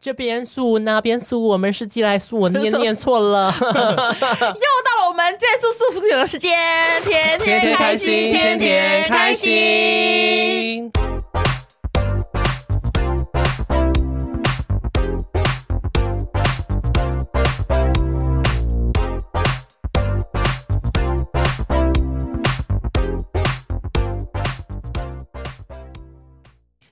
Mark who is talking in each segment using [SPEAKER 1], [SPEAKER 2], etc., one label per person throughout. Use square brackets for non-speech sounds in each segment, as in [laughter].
[SPEAKER 1] 这边素那边素，我们是寄来素，我念念错了。
[SPEAKER 2] 又到了我们借宿宿服的时间，天
[SPEAKER 1] [laughs] 天
[SPEAKER 2] 开
[SPEAKER 1] 天开心，
[SPEAKER 2] 天
[SPEAKER 1] 天天开
[SPEAKER 2] 心。
[SPEAKER 1] 心。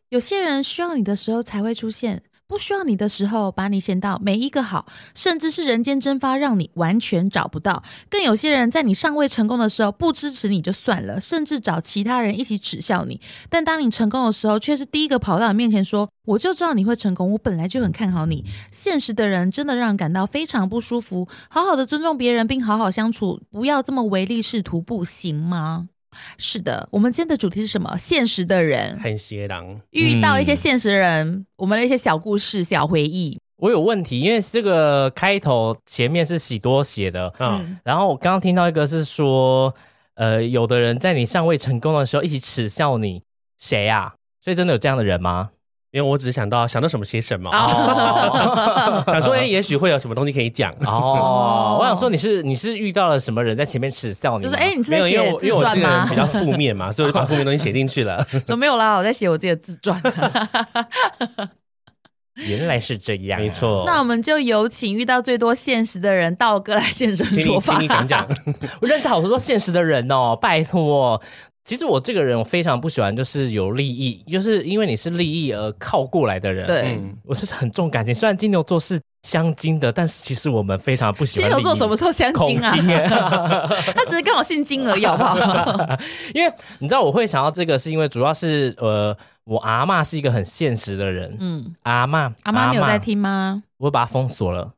[SPEAKER 3] 有些人需要你的时候才会出现，不需要你的时候把你嫌到没一个好，甚至是人间蒸发，让你完全找不到。更有些人在你尚未成功的时候不支持你就算了，甚至找其他人一起耻笑你。但当你成功的时候，却是第一个跑到你面前说：“我就知道你会成功，我本来就很看好你。”现实的人真的让人感到非常不舒服。好好的尊重别人，并好好相处，不要这么唯利是图，不行吗？是的，我们今天的主题是什么？现实的人。
[SPEAKER 1] 很邪狼。
[SPEAKER 3] 遇到一些现实人，我们的一些小故事、小回忆，
[SPEAKER 1] 我有问题，因为这个开头前面是喜多写的，
[SPEAKER 4] 啊
[SPEAKER 1] 嗯，然后我刚刚听到一个是说，呃，有的人在你尚未成功的时候一起耻笑你，谁啊？所以真的有这样的人
[SPEAKER 4] [laughs]
[SPEAKER 1] 吗？
[SPEAKER 4] 因为我只是想到想到什么写什么，
[SPEAKER 1] 哦
[SPEAKER 3] 哦
[SPEAKER 4] 想说哎、也许会有什么东西可以讲。
[SPEAKER 1] 哦，我想说你是你是遇到了什么人在前面耻笑你
[SPEAKER 3] [laughs] 就
[SPEAKER 1] 吗？
[SPEAKER 3] 是哎、你是
[SPEAKER 4] 没
[SPEAKER 3] 在
[SPEAKER 4] 有，因为
[SPEAKER 3] 写
[SPEAKER 4] 我因
[SPEAKER 3] 自
[SPEAKER 4] 为我
[SPEAKER 3] 传
[SPEAKER 4] 这个人
[SPEAKER 3] 吗
[SPEAKER 4] 比？较负面嘛，所以我就把负面东西写进去
[SPEAKER 1] [laughs]
[SPEAKER 4] 了。
[SPEAKER 3] [laughs] 说没有啦，我在写我自己的自传。
[SPEAKER 1] 原来是这样、
[SPEAKER 4] 没，错，
[SPEAKER 3] [laughs] 那我们就有请遇到最多现实的人，道哥来现身
[SPEAKER 4] [laughs] 请
[SPEAKER 3] 说
[SPEAKER 4] 你
[SPEAKER 3] 法
[SPEAKER 4] 请。你讲
[SPEAKER 1] [laughs]
[SPEAKER 3] [laughs]
[SPEAKER 4] 讲，
[SPEAKER 1] 我认识好多现实的人哦，拜托。其实我这个人我非常不喜欢，就是有利益，就是因为你是利益而靠过来的人。
[SPEAKER 3] 对
[SPEAKER 1] 嗯我是很重感情。虽然金牛座是相金的，但是其实我们非常不喜
[SPEAKER 3] 金
[SPEAKER 1] 欢利益。
[SPEAKER 3] 牛座什么时候相
[SPEAKER 1] 恐
[SPEAKER 3] 亲啊？ [laughs] 他只是跟我姓金而已，好不好？
[SPEAKER 1] 因为你知道我会想到这个，是因为主要是呃，我阿嬷是一个很现实的人。
[SPEAKER 3] 嗯，
[SPEAKER 1] 阿嬷，
[SPEAKER 3] 阿妈，你有在听哦吗？
[SPEAKER 1] 我把它封锁了。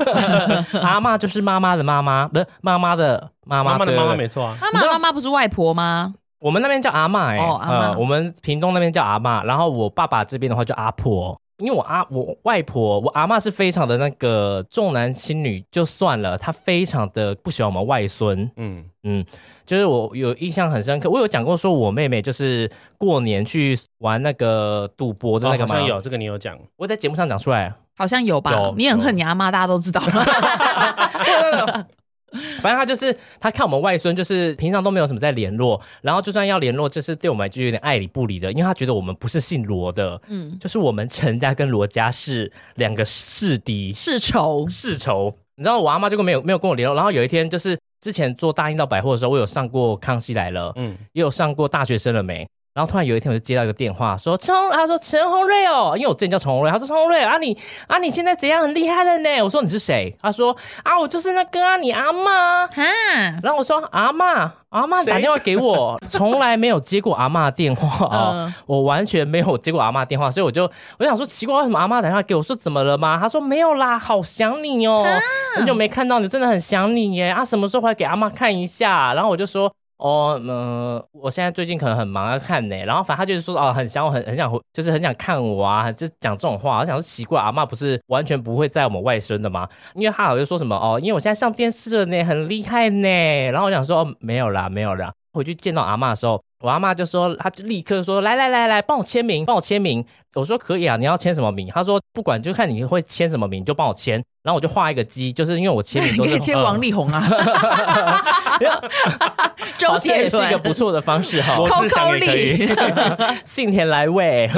[SPEAKER 1] [laughs] 阿嬷就是妈妈的妈妈，不是妈妈的妈妈
[SPEAKER 4] 妈妈的妈妈
[SPEAKER 1] 对
[SPEAKER 4] 没错啊。
[SPEAKER 3] 妈
[SPEAKER 1] 你
[SPEAKER 3] 妈，
[SPEAKER 1] 知道
[SPEAKER 3] 妈妈不是外婆吗？
[SPEAKER 1] 我们那边叫阿嬷哎、
[SPEAKER 3] 哦阿嬷
[SPEAKER 1] 呃我们屏东那边叫阿嬷，然后我爸爸这边的话叫阿婆。因为我阿我外婆我阿嬷是非常的那个重男轻女就算了，她非常的不喜欢我们外孙，
[SPEAKER 4] 嗯，
[SPEAKER 1] 嗯，就是我有印象很深刻，我有讲过说我妹妹就是过年去玩那个赌博的
[SPEAKER 4] 哦
[SPEAKER 1] 那个
[SPEAKER 4] 好
[SPEAKER 1] 吗？
[SPEAKER 4] 像有这个你有讲，
[SPEAKER 1] 我在节目上讲出来，
[SPEAKER 3] 好像有吧？
[SPEAKER 4] 有
[SPEAKER 3] 你很
[SPEAKER 4] 有
[SPEAKER 3] 恨你阿妈，大家都知道。
[SPEAKER 1] 反正他就是他看我们外孙，就是平常都没有什么在联络，然后就算要联络，就是对我们就有点爱理不理的，因为他觉得我们不是姓罗的，嗯，就是我们陈家跟罗家是两个世敌
[SPEAKER 3] 世仇，
[SPEAKER 1] 世仇。你知道我阿妈就没有没有跟我联络，然后有一天就是之前做大英到百货的时候，我有上过《康熙来了》，
[SPEAKER 4] 嗯，
[SPEAKER 1] 也有上过大学生了没？然后突然有一天，我就接到一个电话，说陈宏，他说陈宏瑞哦，因为我之前叫陈宏瑞，他说陈宏瑞啊你啊你现在怎样很厉害了呢？我说你是谁？他说啊我就是那个啊你阿妈。
[SPEAKER 3] 哈，
[SPEAKER 1] 然后我说阿妈阿妈打电话给我，从来没有接过阿妈电话、哦，
[SPEAKER 3] 嗯
[SPEAKER 1] 我完全没有接过阿妈电话，所以我就我想说奇怪，为什么阿妈打电话给我说怎么了吗？她说没有啦，好想你哦，很久没看到你，真的很想你耶啊，什么时候回来给阿妈看一下？然后我就说。哦，嗯、我现在最近可能很忙，要看呢。然后反正他就是说，哦，很想我，很很想回，就是很想看我啊，就讲这种话。我想说奇怪，阿妈不是完全不会在我们外孙的吗？因为他好像说什么哦，因为我现在上电视了呢，很厉害呢。然后我想说、哦、没有啦，没有啦。回去见到阿妈的时候，我阿妈就说，她就立刻说来来来来，帮我签名，帮我签名。我说可以啊，你要签什么名？她说不管，就看你会签什么名，就帮我签。然后我就画一个鸡，就是因为我签名
[SPEAKER 3] [laughs] 你
[SPEAKER 1] 都
[SPEAKER 3] 可
[SPEAKER 1] 是嗯
[SPEAKER 3] 以签王
[SPEAKER 1] 力，
[SPEAKER 3] 力宏啊， [laughs] 周
[SPEAKER 1] 好这
[SPEAKER 3] 杰
[SPEAKER 1] 也是一个
[SPEAKER 3] 伦。
[SPEAKER 1] 不错的方式哈。
[SPEAKER 4] 罗
[SPEAKER 3] 扣
[SPEAKER 4] 志祥也可以。
[SPEAKER 1] 信田来未，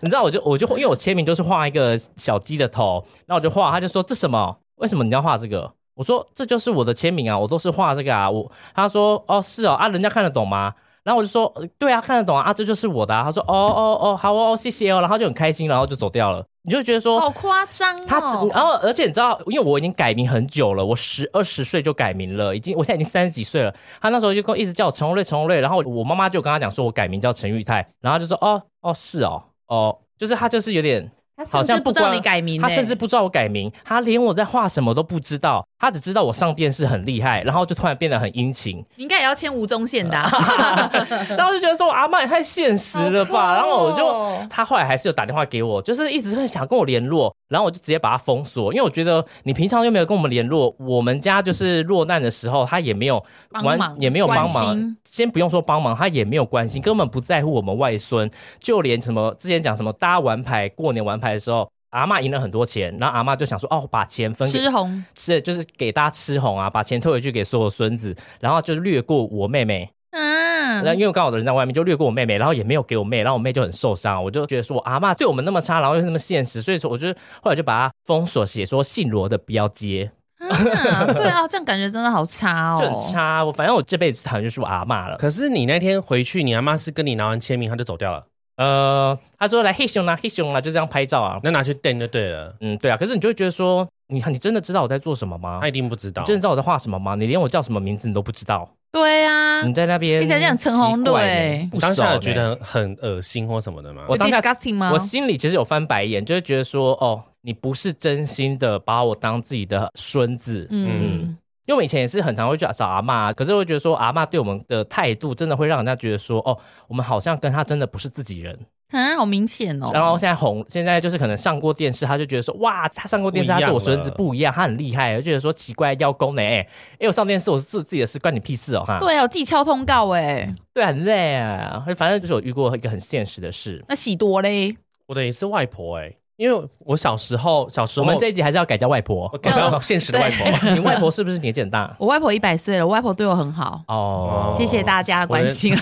[SPEAKER 1] 你知道我就我就因为我签名就是画一个小鸡的头，然后我就画，他就说这什么？为什么你要画这个？我说这就是我的签名啊，我都是画这个啊。我他说哦是哦啊，人家看得懂吗？然后我就说呃对啊，看得懂啊，啊这就是我的、啊。他说哦哦哦，好哦，谢谢哦，然后就很开心，然后就走掉了。你就觉得说
[SPEAKER 3] 好夸张
[SPEAKER 1] 他只，然后
[SPEAKER 3] 哦！
[SPEAKER 1] 而且你知道，因为我已经改名很久了，我十二十岁就改名了，已经我现在已经三十几岁了。他那时候就跟我一直叫我陈宏瑞，陈宏瑞，然后我妈妈就跟他讲说，我改名叫陈玉泰，然后他就说哦哦是哦哦，就是他就是有点，
[SPEAKER 3] 他
[SPEAKER 1] 好像
[SPEAKER 3] 甚至不知道
[SPEAKER 1] 管
[SPEAKER 3] 你改名呢，欸
[SPEAKER 1] 他甚至不知道我改名，他连我在画什么都不知道，他只知道我上电视很厉害，然后就突然变得很殷勤，
[SPEAKER 3] 你应该也要签吴宗宪的 [laughs] 啊， [laughs]
[SPEAKER 1] 然后就觉得说我阿妈也太现实了吧，然
[SPEAKER 3] 好酷
[SPEAKER 1] 后我就
[SPEAKER 3] 哦
[SPEAKER 1] 他后来还是有打电话给我，就是一直会想跟我联络，然后我就直接把他封锁，因为我觉得你平常又没有跟我们联络，我们家就是落难的时候，他也没有
[SPEAKER 3] 帮
[SPEAKER 1] 完
[SPEAKER 3] 忙
[SPEAKER 1] 也没有帮
[SPEAKER 3] 关
[SPEAKER 1] 忙
[SPEAKER 3] 心，
[SPEAKER 1] 先不用说帮忙，他也没有关心，根本不在乎我们外孙，就连什么之前讲什么大家玩牌过年玩牌的时候。阿嬷赢了很多钱，然后阿嬷就想说，哦，把钱分给
[SPEAKER 3] 吃红
[SPEAKER 1] 吃，就是给大家吃红啊，把钱退回去给所有孙子，然后就掠过我妹妹。那、
[SPEAKER 3] 嗯，
[SPEAKER 1] 因为刚好我的人在外面，就掠过我妹妹，然后也没有给我妹，然后我妹就很受伤。我就觉得说我阿嬷对我们那么差，然后又那么现实，所以说我就后来就把它封锁，写说姓罗的不要接，
[SPEAKER 3] 啊对啊，这样感觉真的好差
[SPEAKER 1] 就
[SPEAKER 3] 哦，
[SPEAKER 1] 很差。我反正我这辈子讨厌就是我阿嬷了。
[SPEAKER 4] 可是你那天回去，你阿妈是跟你拿完签名，她就走掉了，
[SPEAKER 1] 呃，他说来黑熊啦，黑熊啦，就这样拍照啊。
[SPEAKER 4] 那拿去垫就对了。
[SPEAKER 1] 嗯，对啊。可是你就会觉得说，你看你真的知道我在做什么吗
[SPEAKER 4] 她？一定不知道
[SPEAKER 1] 哦你，真的知道我在画什么吗？你连我叫什么名字你都不知道，
[SPEAKER 3] 对啊，
[SPEAKER 1] 你在那边
[SPEAKER 3] 你在这样陈红
[SPEAKER 1] 奇怪呢
[SPEAKER 3] 对
[SPEAKER 1] 不
[SPEAKER 4] 当
[SPEAKER 1] 熟
[SPEAKER 4] 下有
[SPEAKER 1] 呢
[SPEAKER 4] 觉得很很恶心或什么的吗？
[SPEAKER 1] 我
[SPEAKER 3] 有
[SPEAKER 1] 当下
[SPEAKER 3] disgusting 吗
[SPEAKER 1] 我？心里其实有翻白眼，就是觉得说，哦，你不是真心的把我当自己的孙子，
[SPEAKER 3] 嗯，
[SPEAKER 1] 因为我以前也是很常会去找阿妈，可是我会觉得说，阿妈对我们的态度真的会让人家觉得说，哦，我们好像跟她真的不是自己人。
[SPEAKER 3] 啊，好明显哦，
[SPEAKER 1] 然后现在红，现在就是可能上过电视，他就觉得说，哇，他上过电视，
[SPEAKER 4] 不
[SPEAKER 1] 他
[SPEAKER 4] 一样
[SPEAKER 1] 是我孙子，
[SPEAKER 4] 了
[SPEAKER 1] 不一样，他很厉害，就觉得说奇怪，邀功呢，哎、哎我上电视我是做自己的事，关你屁事哦，哈，
[SPEAKER 3] 对啊，我自己敲通告哎，
[SPEAKER 1] 对，很累啊，反正就是我遇过一个很现实的事。
[SPEAKER 3] 那喜多嘞，
[SPEAKER 4] 我的也是外婆哎、因为我小时候小时
[SPEAKER 1] 我
[SPEAKER 4] 候
[SPEAKER 1] 们这一集还是要改叫外婆
[SPEAKER 3] [laughs]
[SPEAKER 4] 我，
[SPEAKER 1] [laughs]
[SPEAKER 4] 感到现实的外婆，
[SPEAKER 1] 你外婆是不是年纪很大？
[SPEAKER 3] 我外婆一百岁了，我外婆对我很好。
[SPEAKER 1] 哦，
[SPEAKER 3] 谢谢大家的关心，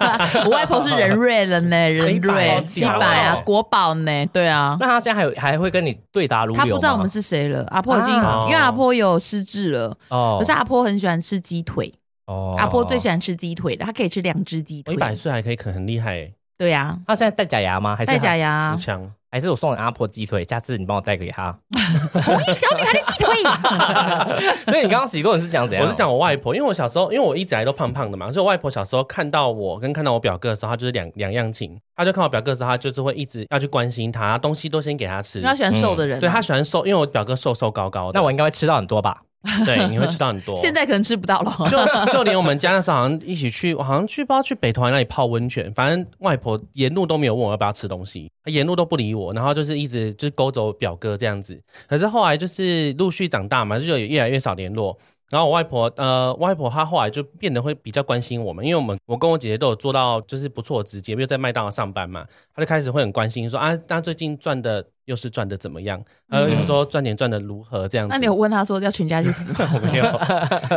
[SPEAKER 3] [laughs] 我外婆是人瑞人呢，
[SPEAKER 1] 七
[SPEAKER 3] 人瑞七
[SPEAKER 1] 百哦
[SPEAKER 3] 百
[SPEAKER 1] 七
[SPEAKER 3] 啊
[SPEAKER 1] 百，
[SPEAKER 3] 国宝呢，对啊，
[SPEAKER 1] 那他现在还有还会跟你对答如流
[SPEAKER 3] 她
[SPEAKER 1] 吗？
[SPEAKER 3] 不知道我们是谁了。阿婆已经
[SPEAKER 1] 啊
[SPEAKER 3] 因为阿婆有失智了，
[SPEAKER 1] 哦，
[SPEAKER 3] 可是阿婆很喜欢吃鸡腿，
[SPEAKER 1] 哦
[SPEAKER 3] 阿婆最喜欢吃鸡腿的，她可以吃两只鸡
[SPEAKER 4] 我
[SPEAKER 3] 腿
[SPEAKER 4] 一。百岁还可以，很很厉害哎、
[SPEAKER 3] 对啊呀，
[SPEAKER 1] 他现在戴假牙吗？还是
[SPEAKER 3] 戴假
[SPEAKER 4] 很
[SPEAKER 3] 牙，
[SPEAKER 4] 强。
[SPEAKER 1] 还是我送你阿婆鸡腿，下次你帮我带给
[SPEAKER 4] [laughs]
[SPEAKER 1] 他。
[SPEAKER 3] [laughs] 同意小女孩的鸡腿。
[SPEAKER 1] 所以你刚刚洗过你是讲怎样？
[SPEAKER 4] 我是讲我外婆，因为我小时候，因为我一直以来都胖胖的嘛，所以我外婆小时候看到我跟看到我表哥的时候，她就是两两样情。她就看我表哥的时候，她就是会一直要去关心他，东西都先给他吃
[SPEAKER 3] 你。要喜欢瘦的人啊，
[SPEAKER 4] 嗯对她喜欢瘦，因为我表哥瘦瘦高高的，
[SPEAKER 1] 那我应该会吃到很多吧？
[SPEAKER 4] 对你会吃到很
[SPEAKER 3] [laughs]
[SPEAKER 4] 多。
[SPEAKER 3] 现在可能吃不到了。
[SPEAKER 4] 就就连我们家那时候好像一起去，我好像去不知道去北投还是哪里泡温泉，反正外婆沿路都没有问我要不要吃东西，她沿路都不理我，然后就是一直就是勾走表哥这样子。可是后来就是陆续长大嘛，就有越来越少联络。然后我外婆，呃，我外婆她后来就变得会比较关心我们，因为我们我跟我姐姐都有做到就是不错的职业，因为在麦当劳上班嘛，她就开始会很关心说啊，那最近赚的又是赚的怎么样？呃，有时候赚钱赚的如何这样
[SPEAKER 3] 嗯
[SPEAKER 4] 子。
[SPEAKER 3] 那你有问他说要全家去死吗？
[SPEAKER 4] 我
[SPEAKER 3] [laughs]
[SPEAKER 4] [laughs] 没有，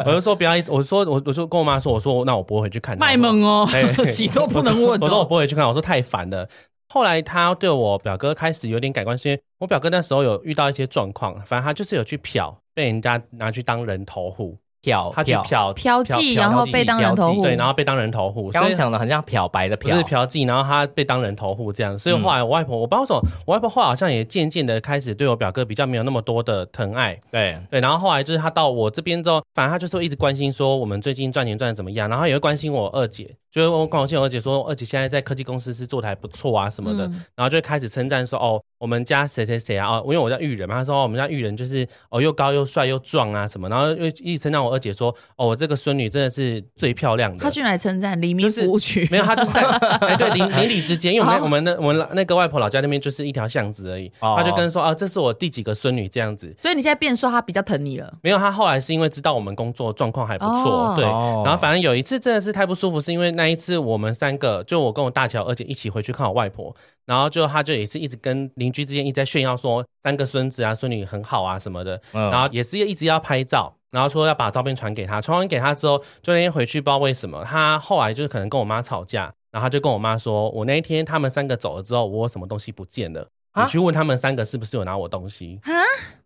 [SPEAKER 4] 我就说不要一直，我说我我就跟我妈说，我说那我不会回去看，
[SPEAKER 3] 卖萌 [laughs] 哦
[SPEAKER 4] 哎，
[SPEAKER 3] 喜多不能问
[SPEAKER 4] 我说我
[SPEAKER 3] 哦。
[SPEAKER 4] 不会去看，我说太烦了。后来他对我表哥开始有点改观，是因为我表哥那时候有遇到一些状况，反正他就是有去嫖，被人家拿去当人头户，
[SPEAKER 1] 漂
[SPEAKER 4] 他去
[SPEAKER 1] 漂，
[SPEAKER 4] 嫖
[SPEAKER 3] [laughs] 嫖妓，然后被当人头户，
[SPEAKER 4] 对，然后被当人头户，
[SPEAKER 1] 刚
[SPEAKER 4] 所以
[SPEAKER 1] 刚讲的很像漂白的
[SPEAKER 4] 不
[SPEAKER 1] 漂
[SPEAKER 4] 是，嫖妓，然后他被当人头户这样，所以
[SPEAKER 3] 嗯
[SPEAKER 4] 后来我外婆，我不知道为什么，我外婆后来好像也渐渐的开始对我表哥比较没有那么多的疼爱，
[SPEAKER 1] 对，
[SPEAKER 4] 对，然后后来就是他到我这边之后，反正他就是会一直关心说我们最近赚钱赚的怎么样，然后也会关心我二姐，就会问关心我二姐说，二姐现在在科技公司是做的还不错啊什么的，
[SPEAKER 3] 嗯
[SPEAKER 4] 然后就会开始称赞说哦，我们家谁谁谁啊，哦，因为我叫玉人嘛，他说、哦、我们家玉人就是哦又高又帅又壮啊什么，然后又一直称赞我二姐说哦，我这个孙女真的是最漂亮的，
[SPEAKER 3] 他去哪里称赞黎明
[SPEAKER 4] 就是
[SPEAKER 3] 服务区？
[SPEAKER 4] 没有，他就是在哎，对，邻邻里之间，因为我们、
[SPEAKER 3] 哦
[SPEAKER 4] 我们的我们那个外婆老家那边就是一条巷子而已，
[SPEAKER 1] 哦
[SPEAKER 4] 他就跟说啊，这是我第几个孙女这样子。
[SPEAKER 3] 所以你现在变瘦，他比较疼你了。
[SPEAKER 4] 没有，他后来是因为知道我们工作状况还不错，
[SPEAKER 3] 哦
[SPEAKER 4] 对。
[SPEAKER 1] 哦
[SPEAKER 4] 然后反正有一次真的是太不舒服，是因为那一次我们三个，就我跟我大乔二姐一起回去看我外婆，然后就他就也是一直跟邻居之间一直在炫耀说三个孙子啊孙女很好啊什么的，
[SPEAKER 1] 嗯
[SPEAKER 4] 然后也是一直要拍照，然后说要把照片传给他，传完给他之后，就那天回去不知道为什么，他后来就是可能跟我妈吵架，然后他就跟我妈说，我那一天他们三个走了之后，我有什么东西不见了。
[SPEAKER 1] 啊
[SPEAKER 4] 你去问他们三个是不是有拿我东西
[SPEAKER 3] 啊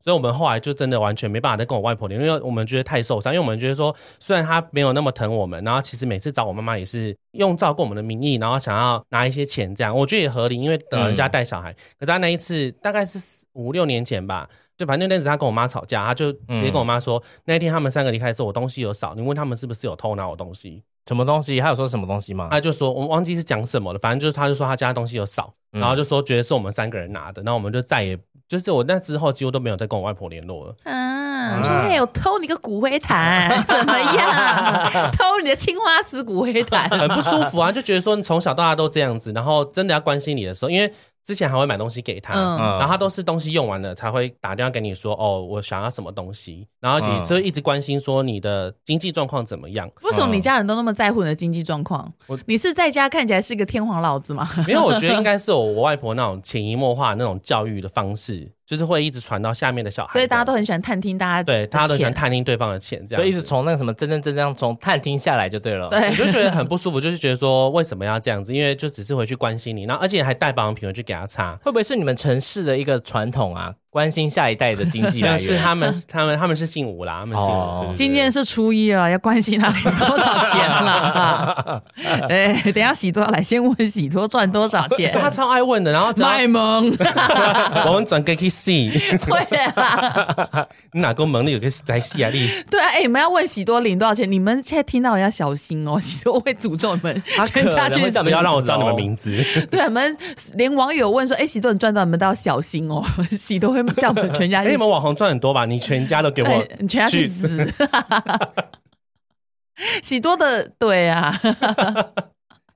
[SPEAKER 4] 所以我们后来就真的完全没办法再跟我外婆联络，因为我们觉得太受伤，因为我们觉得说，虽然她没有那么疼我们，然后其实每次找我妈妈也是用照顾我们的名义，然后想要拿一些钱这样，我觉得也合理，因为老人家带小孩。可是她那一次大概是四五六年前吧，就反正那阵子她跟我妈吵架，她就直接跟我妈说，那一天他们三个离开之后，我东西有少，你问他们是不是有偷拿我东西，
[SPEAKER 1] 什么东西？还有说什么东西吗？
[SPEAKER 4] 她就说我忘记是讲什么了，反正就是她就说她家东西有少，
[SPEAKER 1] 嗯
[SPEAKER 4] 然后就说觉得是我们三个人拿的，然后我们就再也就是我那之后几乎都没有再跟我外婆联络了。
[SPEAKER 3] 啊，
[SPEAKER 1] 啊
[SPEAKER 3] 说嘿，我偷你个骨灰
[SPEAKER 4] [laughs]
[SPEAKER 3] 坛，怎么样？偷你的青花瓷骨灰坛，
[SPEAKER 4] 很不舒服啊，就觉得说你从小到大都这样子，然后真的要关心你的时候，因为之前还会买东西给他，
[SPEAKER 3] 嗯
[SPEAKER 4] 然后他都是东西用完了才会打电话给你说，哦，我想要什么东西，然后
[SPEAKER 1] 嗯
[SPEAKER 4] 也是会一直关心说你的经济状况怎么样。
[SPEAKER 3] [laughs] 为什么你家人都那么在乎你的经济状况
[SPEAKER 4] 我？
[SPEAKER 3] 你是在家看起来是个天皇老子吗？
[SPEAKER 4] 没有，我觉得应该是我外婆那种潜移默化的那种教育的方式，就是会一直传到下面的小
[SPEAKER 3] [laughs]
[SPEAKER 4] 孩，
[SPEAKER 3] 所以大家都
[SPEAKER 4] 这样
[SPEAKER 3] 很
[SPEAKER 4] 子
[SPEAKER 3] 喜欢探听大家，
[SPEAKER 4] 对，大家都喜欢，探听对方的钱，这样
[SPEAKER 1] 所以一直
[SPEAKER 4] 子
[SPEAKER 1] 从那个什么真真真这样从探听下来就对了。，
[SPEAKER 4] 我
[SPEAKER 3] 对，
[SPEAKER 4] 就觉得很不舒服，就是觉得说为什么要这样子？因为就只是回去关心你，然后而且还带保养品回去给他擦。
[SPEAKER 1] 会不会是你们城市的一个传统啊？关心下一代的经济
[SPEAKER 4] 没有
[SPEAKER 1] 来
[SPEAKER 4] [laughs] 是
[SPEAKER 1] 源，[laughs]
[SPEAKER 4] 他们，是他们，他们是姓吴啦，他们姓
[SPEAKER 1] 哦
[SPEAKER 4] 吴。对
[SPEAKER 3] 今天，是初一了，要关心他领多少钱了
[SPEAKER 4] [laughs]
[SPEAKER 3] 啊？哎，等一下喜多来先问喜多赚多少
[SPEAKER 4] 对对对他
[SPEAKER 3] 钱？
[SPEAKER 4] 超爱问的，然后只要
[SPEAKER 3] 卖萌，
[SPEAKER 4] [laughs] 我们转给 K [laughs] C，
[SPEAKER 3] 对啊，
[SPEAKER 4] 你哪个门里有个在
[SPEAKER 3] [laughs]
[SPEAKER 4] 西亚利？
[SPEAKER 3] 对啊，哎，你们要问喜多领多少钱？你们现在听到要小心哦， [laughs] 喜多会诅咒你们
[SPEAKER 1] 他可
[SPEAKER 3] 全家
[SPEAKER 1] 能
[SPEAKER 3] 去哦
[SPEAKER 1] 会
[SPEAKER 3] 死
[SPEAKER 1] 怎
[SPEAKER 4] 不
[SPEAKER 1] 么
[SPEAKER 4] 要让我知道你们名字。
[SPEAKER 3] 对，我们连网友问说：“哎、喜多你赚到，你们都要小心哦，喜多会叫我们全家
[SPEAKER 4] [laughs] [laughs] 哎，你
[SPEAKER 3] 去
[SPEAKER 4] 们网红赚很多吧？你全家都给我
[SPEAKER 3] 哎你全家去
[SPEAKER 4] 去
[SPEAKER 3] 死。 [laughs] 喜多的对啊，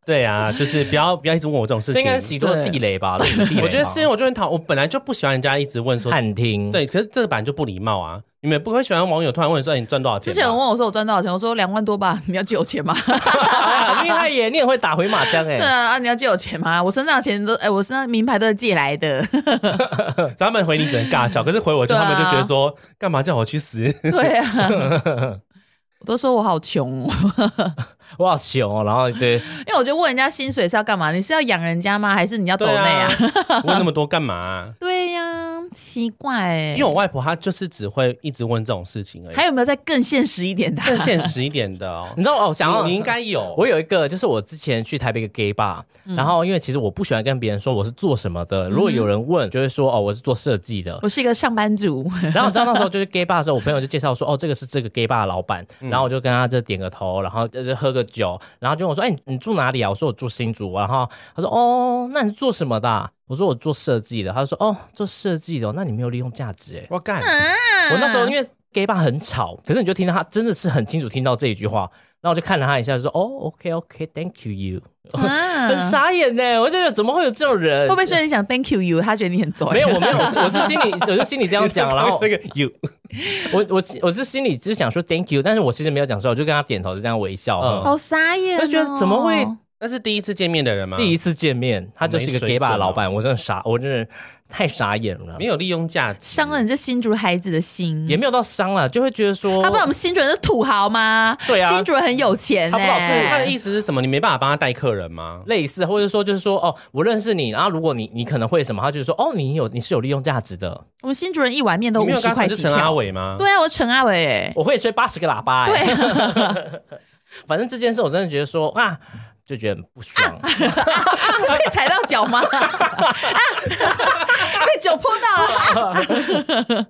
[SPEAKER 4] 对啊，就是不要不要一直问我这种事
[SPEAKER 1] 这
[SPEAKER 4] 情
[SPEAKER 1] 应。该是许多地雷吧？地雷吧
[SPEAKER 4] 我觉得是因为我就很讨，我本来就不喜欢人家一直问说，
[SPEAKER 1] 探听，，
[SPEAKER 4] 对，可是这个版就不礼貌啊。你们不会喜欢网友突然问说哎你赚多少
[SPEAKER 3] 之
[SPEAKER 4] 钱吧？哎
[SPEAKER 3] 前有人问我说我赚多少钱，我说两万多吧，你要借我钱吗？
[SPEAKER 1] [laughs] 很厉害耶！你也会打回马枪
[SPEAKER 3] 对
[SPEAKER 1] 哎，
[SPEAKER 3] [laughs] 啊，啊你要借我钱吗？我身上的钱都哎、我身上名牌都是借来的， [laughs]
[SPEAKER 4] 所以他们回你只能尬笑，可是回我就、
[SPEAKER 3] 对啊
[SPEAKER 4] 他们就觉得说，干嘛叫我去死？
[SPEAKER 3] 对啊。
[SPEAKER 4] [laughs]
[SPEAKER 3] 我都说我好穷、哦，
[SPEAKER 1] 我好穷哦。然后对，
[SPEAKER 3] 因为我就问人家薪水是要干嘛？你是要养人家吗？还是你要抖
[SPEAKER 4] 对
[SPEAKER 3] 内啊？
[SPEAKER 4] 啊， [laughs] 问那么多干嘛啊、
[SPEAKER 3] 对呀、奇怪哎、
[SPEAKER 4] 因为我外婆她就是只会一直问这种事情而已，
[SPEAKER 3] 还有没有再更现实
[SPEAKER 1] [laughs]
[SPEAKER 3] 一点的啊、
[SPEAKER 4] 更现实一点
[SPEAKER 3] [laughs]
[SPEAKER 4] 的哦。
[SPEAKER 1] 你知道哦，我想要
[SPEAKER 4] 你你应该有，
[SPEAKER 1] 我有一个，就是我之前去台北一个 gay bar，、然
[SPEAKER 3] 嗯
[SPEAKER 1] 后因为其实我不喜欢跟别人说我是做什么的，如果有人问，就会说哦我是做设计
[SPEAKER 3] [laughs]
[SPEAKER 1] 的。
[SPEAKER 3] 我是一个上班族，
[SPEAKER 1] 然后你知道那时候就是 gay bar 的时候，我朋友就介绍说哦这个是这个 gay bar 的老板，
[SPEAKER 3] 嗯
[SPEAKER 1] 然后我就跟他就点个头，然后就喝个酒，然后就问我说哎你你住哪里啊？我说我住新竹，然后他说哦那你做什么的啊、我说我做设计的，他就说哦做设计的哦、那你没有利用价值哎、
[SPEAKER 4] 我
[SPEAKER 1] [laughs]
[SPEAKER 4] 干，
[SPEAKER 1] 我那时
[SPEAKER 3] 嗯啊
[SPEAKER 1] 候因为 gay 吧很吵，可是你就听到他真的是很清楚听到这一句话，然后我就看了他一下，就说哦，OK OK，Thank you you，很
[SPEAKER 3] 很
[SPEAKER 1] 傻眼呢，我就觉得怎么会有这种人？
[SPEAKER 3] 啊嗯会不会是你想 thank you you？他觉得你很走
[SPEAKER 1] 没有，我没有，我是心里我是心里这样讲，
[SPEAKER 3] 哦
[SPEAKER 1] 然后
[SPEAKER 4] [laughs] 那个 you，
[SPEAKER 1] 我我我是心里只是想说 Thank you，但是我其实没有讲出来，我就跟他点头，就这样微笑。
[SPEAKER 4] 嗯
[SPEAKER 1] 嗯
[SPEAKER 3] [laughs] 好傻眼、哦，
[SPEAKER 1] 我就觉得怎么会
[SPEAKER 4] 那是第一次见面的人吗？
[SPEAKER 1] 第一
[SPEAKER 4] 一
[SPEAKER 1] 次见面，他就是一个
[SPEAKER 4] 嗯没水
[SPEAKER 1] gay 吧
[SPEAKER 4] 准哦
[SPEAKER 1] 老板，我真的傻，我真的太傻眼了
[SPEAKER 4] 没，有利用价值，
[SPEAKER 3] 伤了你这新竹孩子的心？
[SPEAKER 1] 也没有到伤了，就会觉得说
[SPEAKER 3] 他不知道我们新竹人是土豪吗？
[SPEAKER 1] 对啊
[SPEAKER 3] 新竹人很有钱、欸，
[SPEAKER 1] 他不知道
[SPEAKER 4] 所以他的
[SPEAKER 3] 思。
[SPEAKER 4] 意思是什么？你没办法帮他带客人吗？
[SPEAKER 1] 类似，或者说就是说哦，我认识你，然后如果你你可能会什么，他就说哦，你有你是有利用价值的，
[SPEAKER 3] 我们新竹人一碗面都
[SPEAKER 4] 你没
[SPEAKER 3] 五
[SPEAKER 4] 有
[SPEAKER 3] 十
[SPEAKER 4] 刚才
[SPEAKER 3] 块
[SPEAKER 4] 是
[SPEAKER 3] 起
[SPEAKER 4] 陈阿
[SPEAKER 3] 跳。
[SPEAKER 4] 伟吗？
[SPEAKER 3] 对啊，我陈阿伟、欸，
[SPEAKER 1] 我会吹八十个喇叭、欸。
[SPEAKER 3] 对、啊，
[SPEAKER 1] 反正这件事我真的觉得说啊，就觉得很不爽。
[SPEAKER 3] 是被踩到脚
[SPEAKER 1] [laughs]
[SPEAKER 3] 吗？啊，被脚碰到了。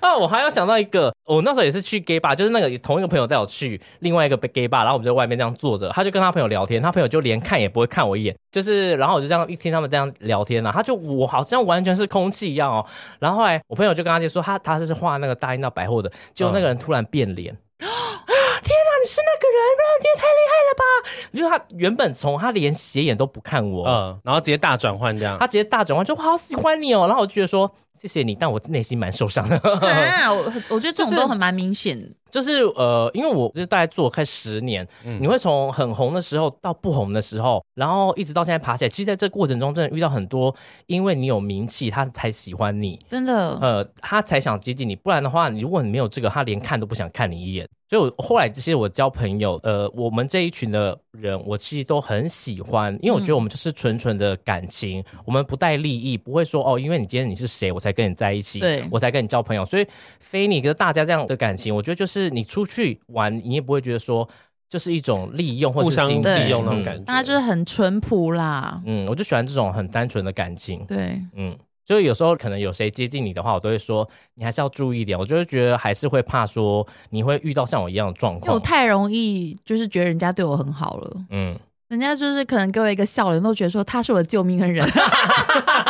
[SPEAKER 1] 啊，我还要想到一个，我那时候也是去 gay bar，就是那个同一个朋友带我去另外一个 gay bar，然后我们就在外面这样坐着，他就跟他朋友聊天，他朋友就连看也不会看我一眼，就是然后我就这样一听他们这样聊天啊，他就我好像完全是空气一样哦。然后后来我朋友就跟他就说他他是画那个大英到百货的，结果那个人突然变脸。啊天哪，你是那个人啊！你也太厉害了吧！就是他原本从他连斜眼都不看我，
[SPEAKER 4] 嗯，然后直接大转换这样
[SPEAKER 1] 他。直接大转弯，就我好喜欢你哦。然后我就觉得说谢谢你，但我内心蛮受伤的。
[SPEAKER 3] 啊，我我觉得这
[SPEAKER 1] 就
[SPEAKER 3] 种
[SPEAKER 1] 是
[SPEAKER 3] 都很蛮明显的。
[SPEAKER 1] [laughs] 就是呃，因为我就是大概做快十年，你会从很红的时候到不红的时候，然后一直到现在爬起来。其实，在这过程中，真的遇到很多，因为你有名气，他才喜欢你，
[SPEAKER 3] 真的，
[SPEAKER 1] 呃，他才想接近你。不然的话，你如果你没有这个，他连看都不想看你一眼。所以我后来，其实我交朋友，呃，我们这一群的人，我其实都很喜欢，因为我觉得我们就是纯纯的感情，我们不带利益，不会说哦，因为你今天你是谁，我才跟你在一起，
[SPEAKER 3] 对
[SPEAKER 1] 我才跟你交朋友。所以菲尼跟大家这样的感情，我觉得就是你出去玩，你也不会觉得说就是一种利用或
[SPEAKER 4] 互
[SPEAKER 1] 是
[SPEAKER 4] 相
[SPEAKER 1] 经济
[SPEAKER 4] 利用那种
[SPEAKER 1] 嗯
[SPEAKER 4] 感觉，
[SPEAKER 3] 大家就是很淳朴啦。
[SPEAKER 1] 嗯，我就喜欢这种很单纯的感情。
[SPEAKER 3] 对，
[SPEAKER 1] 嗯，所以有时候可能有谁接近你的话，我都会说你还是要注意一点。我就会觉得还是会怕说你会遇到像我一样的状
[SPEAKER 3] 因为我
[SPEAKER 1] 况。
[SPEAKER 3] 太容易就是觉得人家对我很好了。
[SPEAKER 1] 嗯，
[SPEAKER 3] 人家就是可能给我一个笑脸，都觉得说他是我的救命恩人， [laughs]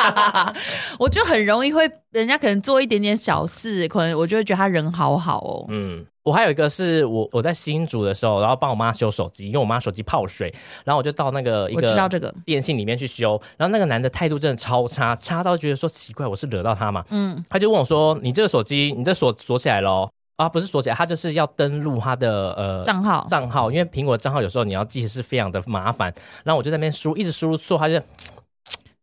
[SPEAKER 3] 我就很容易会，人家可能做一点点小事，可能我就会觉得他人好好哦。
[SPEAKER 1] 嗯，我还有一个是我我在新竹的时候，然后帮我妈修手机，因为我妈手机泡水，然后我就到那个一
[SPEAKER 3] 我知道
[SPEAKER 1] 个
[SPEAKER 3] 这个，
[SPEAKER 1] 电信里面去修，然后那个男的态度真的超差，差到觉得说奇怪，我是惹到他嘛？
[SPEAKER 3] 嗯，
[SPEAKER 1] 他就问我说：“你这个手机，你这锁锁起来喽？”啊，不是锁起来，他就是要登录他的呃
[SPEAKER 3] 账号
[SPEAKER 1] 账号，因为苹果账号有时候你要记是非常的麻烦，然后我就在那边输，一直输入错，他就
[SPEAKER 3] 那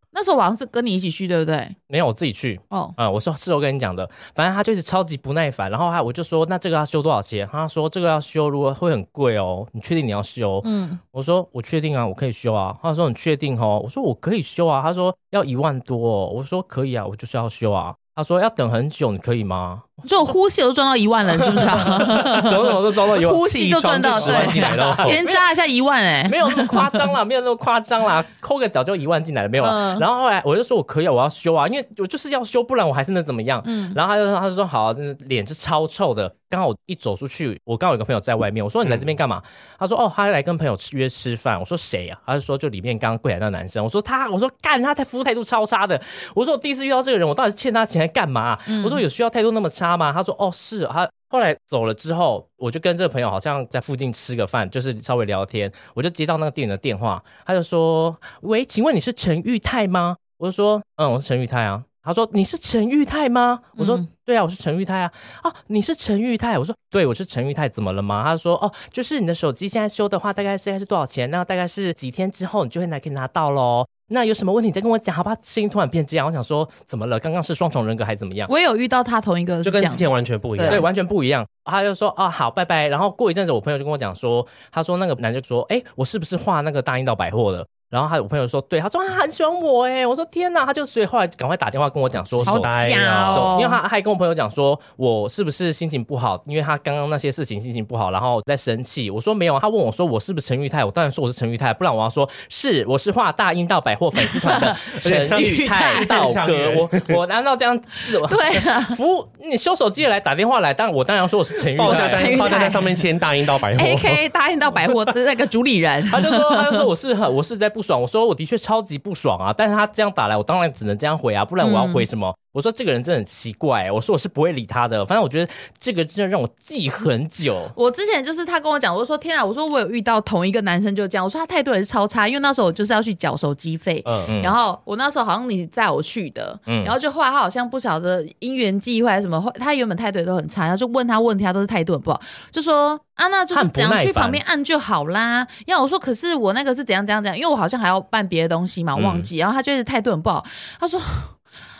[SPEAKER 3] 那时候我好像是跟你一起去，对不对？
[SPEAKER 1] 没有，我自己去。
[SPEAKER 3] 哦，
[SPEAKER 1] 啊、我说是我跟你讲的，反正他就是超级不耐烦，然后他我就说那这个要修多少钱？他说这个要修，如果会很贵哦，你确定你要修？
[SPEAKER 3] 嗯，
[SPEAKER 1] 我说我确定啊，我可以修啊。他说你确定哦？我说我可以修啊。他说要一万多、哦，我说可以啊，我就是要修啊。他说要等很久，你可以吗？ [laughs]
[SPEAKER 3] 就我呼吸我就赚到一万了，你知不啊知
[SPEAKER 1] 怎
[SPEAKER 3] 道？
[SPEAKER 1] 么怎么都装到一万，
[SPEAKER 3] 呼吸就赚到，
[SPEAKER 4] 起床就十万进来
[SPEAKER 3] [laughs]
[SPEAKER 4] 哦了
[SPEAKER 3] 对，连扎一下一万哎、
[SPEAKER 1] 没有那么夸张
[SPEAKER 3] [laughs]
[SPEAKER 1] 啦，没有那么夸张啦，抠个脚就一万进来了，没有啊。
[SPEAKER 3] 嗯
[SPEAKER 1] 然后后来我就说我可以啊，我要修啊，因为我就是要修，不然我还是能怎么样？
[SPEAKER 3] 嗯
[SPEAKER 1] 然后他就说他就说好啊、那脸是超臭的。刚好我一走出去，我刚好有个朋友在外面，我说你来这边干嘛？
[SPEAKER 3] 嗯
[SPEAKER 1] 他说哦，他来跟朋友吃约吃饭。我说谁呀、他就说就里面刚刚跪来那男生。我说他，我说干他，他服务态度超差的。我说我第一次遇到这个人，我到底欠他钱还干嘛啊、
[SPEAKER 3] 嗯
[SPEAKER 1] 我说有需要态度那么差吗？他说哦是哦他。后来走了之后，我就跟这个朋友好像在附近吃个饭，就是稍微聊天。我就接到那个店员的电话，他就说：“喂，请问你是陈玉泰吗？”我就说：“嗯，我是陈玉泰啊。”他说：“你是陈玉泰吗？”我说：“
[SPEAKER 3] 嗯
[SPEAKER 1] 对啊，我是陈玉泰啊。”啊，你是陈玉泰？我说：“对，我是陈玉泰，怎么了吗？”他说：“哦，就是你的手机现在修的话，大概现在是多少钱？那大概是几天之后你就会拿可以拿到喽。那有什么问题你再跟我讲，好吧？声音突然变这样，我想说怎么了？刚刚是双重人格还是怎么样？”
[SPEAKER 3] 我也有遇到他同一个
[SPEAKER 4] [laughs] 就是
[SPEAKER 3] 这
[SPEAKER 4] 跟
[SPEAKER 3] 样
[SPEAKER 4] 之，前完全不一样。
[SPEAKER 1] 对，完全不一样。他就说啊，好，拜拜。然后过一阵子，我朋友就跟我讲说，他说那个男就说，哎、我是不是画那个大英岛百货的？然后他我朋友说，对，他说他很喜欢我哎、我说天哪，他就所以后来赶快打电话跟我讲说，
[SPEAKER 4] 好
[SPEAKER 1] 手
[SPEAKER 4] 呆
[SPEAKER 3] 假
[SPEAKER 4] 啊
[SPEAKER 3] 哦
[SPEAKER 1] 手，因为他还跟我朋友讲说，我是不是心情不好？因为他刚刚那些事情心情不好，然后在生气。我说没有啊，他问我说我是不是陈玉泰？我当然说我是陈玉泰，不然我要说是我是画大英道百货粉丝团 [laughs] 的陈玉泰道哥。我我难道这样自我？
[SPEAKER 3] 对
[SPEAKER 1] [laughs]
[SPEAKER 3] 啊， [laughs]
[SPEAKER 1] 服务你修手机的来打电话来，当然我当然说我是啊陈玉
[SPEAKER 4] 报价
[SPEAKER 1] 泰。
[SPEAKER 4] 单，报价单上面签大英到百
[SPEAKER 1] 哎
[SPEAKER 3] A
[SPEAKER 4] 货。
[SPEAKER 3] K 答应到百货 [laughs] 的那个主理人，
[SPEAKER 1] 他就说，他就说哎我是很我是在不爽，我说我的确超级不爽啊，但是他这样打来，我当然只能这样回啊，不然我要回什
[SPEAKER 3] 嗯
[SPEAKER 1] 么？我说这个人真的很奇怪、我说我是不会理他的，反正我觉得这个真的让我记很久。
[SPEAKER 3] [laughs] 我之前就是他跟我讲，我就说天啊，我说我有遇到同一个男生就这样，我说他态度也是超差，因为那时候我就是要去缴手机费。
[SPEAKER 4] 嗯嗯，
[SPEAKER 3] 然后我那时候好像你载我去的，
[SPEAKER 1] 嗯
[SPEAKER 3] 然后就后来他好像不晓得因缘际会还是什么，后他原本态度也都很差，然后就问他问题，他都是态度很不好，就说啊那就是怎
[SPEAKER 1] 他很
[SPEAKER 3] 样
[SPEAKER 1] 不耐
[SPEAKER 3] 去
[SPEAKER 1] 烦
[SPEAKER 3] 旁边按就好啦。然后我说可是我那个是怎样怎样怎样，因为我好像还要办别的东西嘛，我忘记。然后他就是态度很不好，他说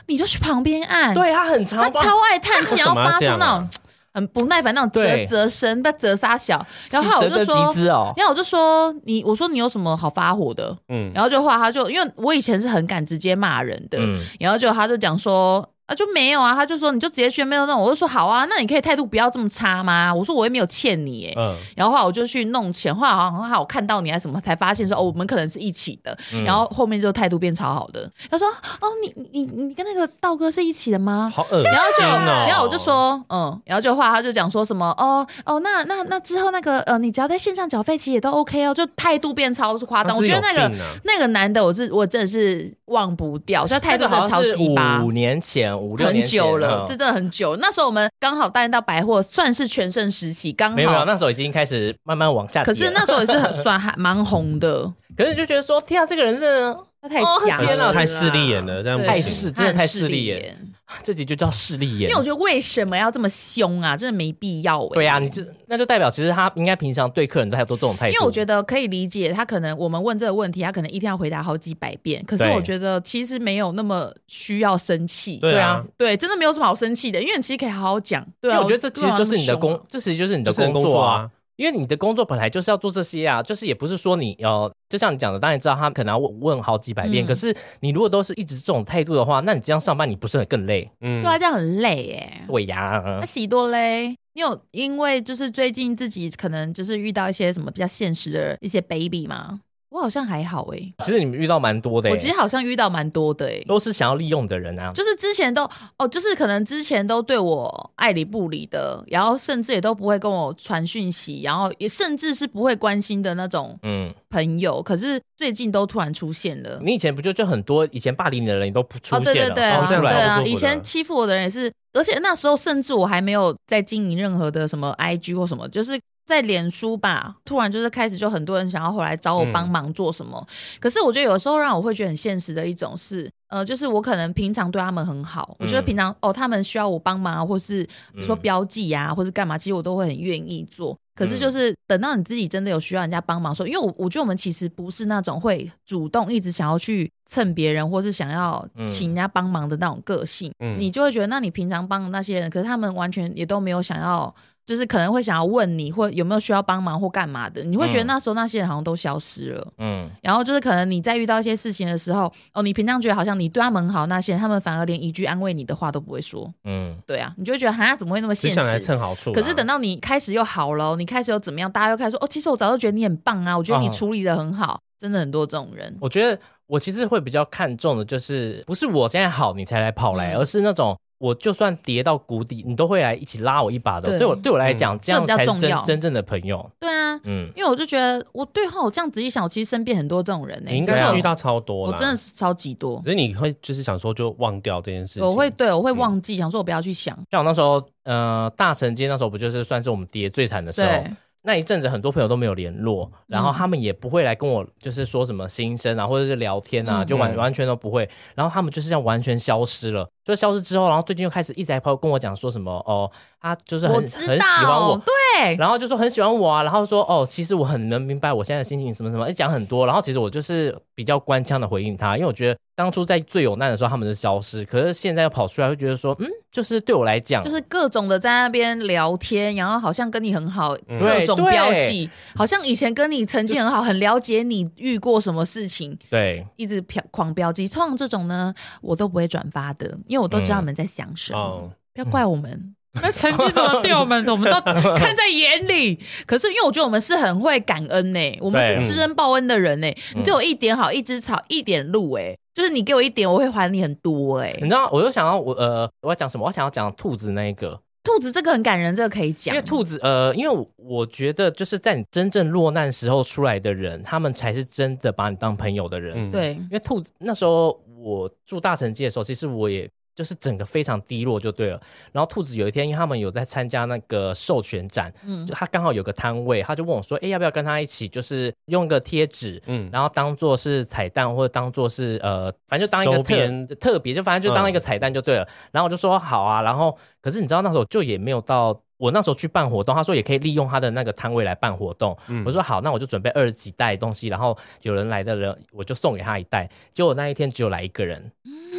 [SPEAKER 3] 你就去旁边按，
[SPEAKER 1] 对他很常
[SPEAKER 3] 他
[SPEAKER 1] 帮
[SPEAKER 3] 超爱叹气，然
[SPEAKER 4] 为什
[SPEAKER 3] 后
[SPEAKER 4] 么要
[SPEAKER 3] 发出
[SPEAKER 4] 这样啊
[SPEAKER 3] 那种很不耐烦那种啧
[SPEAKER 1] 对
[SPEAKER 3] 啧声，不啧沙小。然后我
[SPEAKER 1] 指责的
[SPEAKER 3] 就说
[SPEAKER 1] 极，致哦，
[SPEAKER 3] 然后我就说你，我说你有什么好发火的？
[SPEAKER 4] 嗯，
[SPEAKER 3] 然后就话他就，因为我以前是很敢直接骂人的，
[SPEAKER 1] 嗯，
[SPEAKER 3] 然后就他就讲说。啊，就没有啊，他就说你就直接宣没有那种，我就说好啊，那你可以态度不要这么差吗？我说我也没有欠你耶、
[SPEAKER 4] 嗯，
[SPEAKER 3] 然后后来我就去弄钱，后来好像好像我看到你还是什么，才发现说哦，我们可能是一起的。
[SPEAKER 4] 嗯
[SPEAKER 3] 然后后面就态度变超好的，他说哦，你你你你跟那个道哥是一起的吗？
[SPEAKER 4] 好恶
[SPEAKER 3] 然后就，
[SPEAKER 4] 心哦。
[SPEAKER 3] 然后我就，说，嗯，然后就话他就讲说什么，哦哦，那那那之后那个呃，你只要在线上缴费，其实也都 OK 哦，就态度变超夸张。
[SPEAKER 4] 他
[SPEAKER 3] 我
[SPEAKER 4] 是
[SPEAKER 3] 觉
[SPEAKER 4] 有
[SPEAKER 3] 得那个
[SPEAKER 4] 病啊
[SPEAKER 3] 那个男的，我是我真的是忘不掉，就他态
[SPEAKER 1] 那
[SPEAKER 3] 度
[SPEAKER 1] 个
[SPEAKER 3] 真
[SPEAKER 1] 好
[SPEAKER 3] 的超
[SPEAKER 1] 像是
[SPEAKER 3] 级巴
[SPEAKER 1] 五。年前五六
[SPEAKER 3] 很
[SPEAKER 1] 年前
[SPEAKER 3] 久了，这
[SPEAKER 1] 嗯
[SPEAKER 3] 真的很久。那时候我们刚好带到百货，算是全盛时期，刚
[SPEAKER 1] 没有没有，
[SPEAKER 3] 好。
[SPEAKER 1] 那时候已经开始慢慢往下跌
[SPEAKER 3] 可
[SPEAKER 1] 了。
[SPEAKER 3] 是那时候也是很算还蛮
[SPEAKER 1] [laughs]
[SPEAKER 3] 红的，
[SPEAKER 1] 可是你就觉得说，天啊，这个人是
[SPEAKER 3] 他太
[SPEAKER 1] 哦
[SPEAKER 3] 假
[SPEAKER 1] 天哪
[SPEAKER 3] 了，
[SPEAKER 4] 太势利眼了，这样不
[SPEAKER 3] 对
[SPEAKER 4] 行
[SPEAKER 1] 太势真的太势利眼
[SPEAKER 3] 眼。
[SPEAKER 1] 这集就叫势利
[SPEAKER 3] 因
[SPEAKER 1] 眼
[SPEAKER 3] 为我。觉得为什么要这么凶啊？真的没必要哎。
[SPEAKER 1] 对啊，你这那就代表其实他应该平常哎对客人都还都这种态度。
[SPEAKER 3] 因为我觉得可以理解，他可能我们问这个问题，他可能一定要回答好几百遍。可是
[SPEAKER 1] 对
[SPEAKER 3] 我觉得其实没有那么需要生气，
[SPEAKER 4] 对啊，
[SPEAKER 3] 对真的没有什么好生气的，因为你其实可以好好讲。对
[SPEAKER 1] 因
[SPEAKER 3] 啊，
[SPEAKER 1] 为我觉得这其实就是你的
[SPEAKER 3] 干嘛那么
[SPEAKER 1] 工，这其实就是你
[SPEAKER 4] 就
[SPEAKER 1] 的
[SPEAKER 4] 是
[SPEAKER 1] 工
[SPEAKER 4] 工作
[SPEAKER 1] 作啊。
[SPEAKER 4] 啊，
[SPEAKER 1] 因为你的工作本来就是要做这些啊，就是也不是说你呃，就像你讲的，当然知道他可能要问问好几百遍，
[SPEAKER 3] 嗯
[SPEAKER 1] 可是你如果都是一直这种态度的话，那你这样上班你不是很更累？
[SPEAKER 4] 嗯
[SPEAKER 3] 凶啊？对啊，这样很累哎。
[SPEAKER 1] 对呀、
[SPEAKER 3] 那喜多嘞，你有因为就是最近自己可能就是遇到一些什么比较现实的一些 baby 吗？我好像还好哎、
[SPEAKER 1] 其实你们遇到蛮多的、
[SPEAKER 3] 我其实
[SPEAKER 1] 欸，
[SPEAKER 3] 好像遇到蛮多的哎、
[SPEAKER 1] 都是想要利用的人啊。
[SPEAKER 3] 就是之前都哦，就是可能之前都对我爱理不理的，然后甚至也都不会跟我传讯息，然后也甚至是不会关心的那种
[SPEAKER 1] 嗯，
[SPEAKER 3] 朋友，可是最近都突然出现了。
[SPEAKER 1] 你以前不就就很多以前霸凌你的人你都不出
[SPEAKER 3] 哦，
[SPEAKER 1] 现了，
[SPEAKER 3] 对对对啊，
[SPEAKER 1] 哦
[SPEAKER 4] 这
[SPEAKER 3] 对
[SPEAKER 4] 样
[SPEAKER 3] 啊，
[SPEAKER 4] 蛮不舒服的
[SPEAKER 3] 以前欺负我的人也是，而且那时候甚至我还没有在经营任何的什么 IG 或什么，就是在脸书吧，突然就是开始就很多人想要回来找我帮
[SPEAKER 1] 嗯
[SPEAKER 3] 忙做什么。可是我觉得有时候让我会觉得很现实的一种是，呃，就是我可能平常对他们很好，我觉得
[SPEAKER 1] 嗯
[SPEAKER 3] 平常、哦他们需要我帮忙啊，或是比如说标记啊，或是干嘛，其实我都会很愿意做。可
[SPEAKER 1] 嗯
[SPEAKER 3] 是就是等到你自己真的有需要人家帮忙的时候，因为我我觉得我们其实不是那种会主动一直想要去蹭别人，或是想要请人家帮忙的那种个性，
[SPEAKER 4] 嗯
[SPEAKER 3] 你就会觉得，那你平常帮的那些人，可是他们完全也都没有想要。就是可能会想要问你，或有没有需要帮忙或干嘛的，你会觉得
[SPEAKER 1] 嗯
[SPEAKER 3] 那时候那些人好像都消失了。
[SPEAKER 1] 嗯，
[SPEAKER 3] 然后就是可能你在遇到一些事情的时候，哦，你平常觉得好像你对他们很好，那些人他们反而连一句安慰你的话都不会说，
[SPEAKER 1] 嗯，
[SPEAKER 3] 对啊，你就会觉得哈怎么会那么
[SPEAKER 4] 只
[SPEAKER 3] 现
[SPEAKER 4] 想来
[SPEAKER 3] 实？
[SPEAKER 4] 蹭好
[SPEAKER 1] 啊
[SPEAKER 4] 处啦。啊
[SPEAKER 3] 可是等到你开始又好了哦，你开始又怎么样，大家又开始说哦，其实我早就觉得你很棒啊，我觉得你
[SPEAKER 1] 哦
[SPEAKER 3] 处理的很好，真的很多这种人，
[SPEAKER 1] 我觉得我其实会比较看重的就是，不是我现在好你才来跑来，
[SPEAKER 3] 嗯
[SPEAKER 1] 而是那种。我就算跌到谷底，你都会来一起拉我一把的。
[SPEAKER 3] 对
[SPEAKER 1] 对我对我来讲，这样
[SPEAKER 3] 这比较
[SPEAKER 1] 才是
[SPEAKER 3] 重
[SPEAKER 1] 真
[SPEAKER 3] 要
[SPEAKER 1] 真正的朋友。
[SPEAKER 3] 对啊，
[SPEAKER 1] 嗯，
[SPEAKER 3] 因为我就觉得我对话我这样仔细想，我其实身边很多这种人呢、
[SPEAKER 4] 你应
[SPEAKER 3] 只是
[SPEAKER 4] 该
[SPEAKER 3] 我
[SPEAKER 4] 遇到超多
[SPEAKER 3] 我
[SPEAKER 4] 啦，
[SPEAKER 3] 真的是超级多，
[SPEAKER 4] 可是你会就是想说就忘掉这件事情，嗯
[SPEAKER 3] 我会对我
[SPEAKER 1] 嗯
[SPEAKER 3] 会忘记，想说我不要去想，
[SPEAKER 1] 像我那时候，呃，大城街那时候不就是算是我们跌最惨的时候
[SPEAKER 3] 对？嗯
[SPEAKER 1] 那一阵子很多朋友都没有联络，然后他们也不会来跟我就是说什么心声啊，或者是聊天啊，
[SPEAKER 3] 嗯
[SPEAKER 1] 就完
[SPEAKER 4] 嗯
[SPEAKER 1] 完全都不会。然后他们就是这样完全消失了，就消失之后，然后最近又开始一直在跑跟我讲说什么哦，他就是很
[SPEAKER 3] 我
[SPEAKER 1] 很喜
[SPEAKER 3] 知
[SPEAKER 1] 欢
[SPEAKER 3] 道
[SPEAKER 1] 我，，嗯
[SPEAKER 3] 对，
[SPEAKER 1] 然后就说很喜欢我啊，然后说哦，其实我很能明白我现在的心情什么什么，哎讲很多，然后其实我就是比较官腔的回应他，因为我觉得当初在最有难的时候他们就消失，可是现在又跑出来，会觉得说嗯，就是对我来讲，
[SPEAKER 3] 就是各种的在那边聊天，然后好像跟你很好，
[SPEAKER 4] 嗯
[SPEAKER 3] 各种
[SPEAKER 1] 对
[SPEAKER 3] 标记，好像以前跟你成绩很好，很了解你遇过什么事情，
[SPEAKER 1] 对，
[SPEAKER 3] 一直飘狂标记。通常这种呢，我都不会转发的，因为我都知道你们在想什么，
[SPEAKER 4] 嗯哦，
[SPEAKER 3] 不要怪我们。
[SPEAKER 2] 那成绩怎么对我们？我们都
[SPEAKER 3] 看在眼里，可是因为我觉得我们是很会感恩呢、我们
[SPEAKER 1] 对
[SPEAKER 3] 是知恩报恩的人呢、
[SPEAKER 1] 嗯
[SPEAKER 3] 你对我一点好，一枝草，一点露、欸，就是你给我一点，我会还你很多、欸，
[SPEAKER 1] 你
[SPEAKER 4] 嗯
[SPEAKER 1] 知道，我就想要我呃，我要讲什么？我想要讲兔子那一个，
[SPEAKER 3] 兔子这个很感人，这个可以
[SPEAKER 1] 因
[SPEAKER 3] 讲，
[SPEAKER 1] 为兔子呃，因为我我觉得就是在你真正落难时候出来的人，他们才是真的把你当朋友的人。
[SPEAKER 4] 嗯，
[SPEAKER 3] 对，
[SPEAKER 1] 因为兔子那时候我住大城街的时候，其实我也就是整个非常低落就对了。然后兔子有一天，因为他们有在参加那个授权展，
[SPEAKER 3] 嗯
[SPEAKER 1] 就他刚好有个摊位，他就问我说：“哎，要不要跟他一起？就是用一个贴纸，
[SPEAKER 4] 嗯，
[SPEAKER 1] 然后当做是彩蛋，或者当做是呃，反正就当一个
[SPEAKER 4] 周边嗯
[SPEAKER 1] 特特别，就反正就当一个彩蛋就对了。然后我就说好啊，然后可是你知道那时候就也没有到。我那时候去办活动，他说也可以利用他的那个摊位来办活动。
[SPEAKER 4] 嗯
[SPEAKER 1] 我说好，那我就准备二十几袋东西，然后有人来的人我就送给他一袋。结果那一天只有来一个人，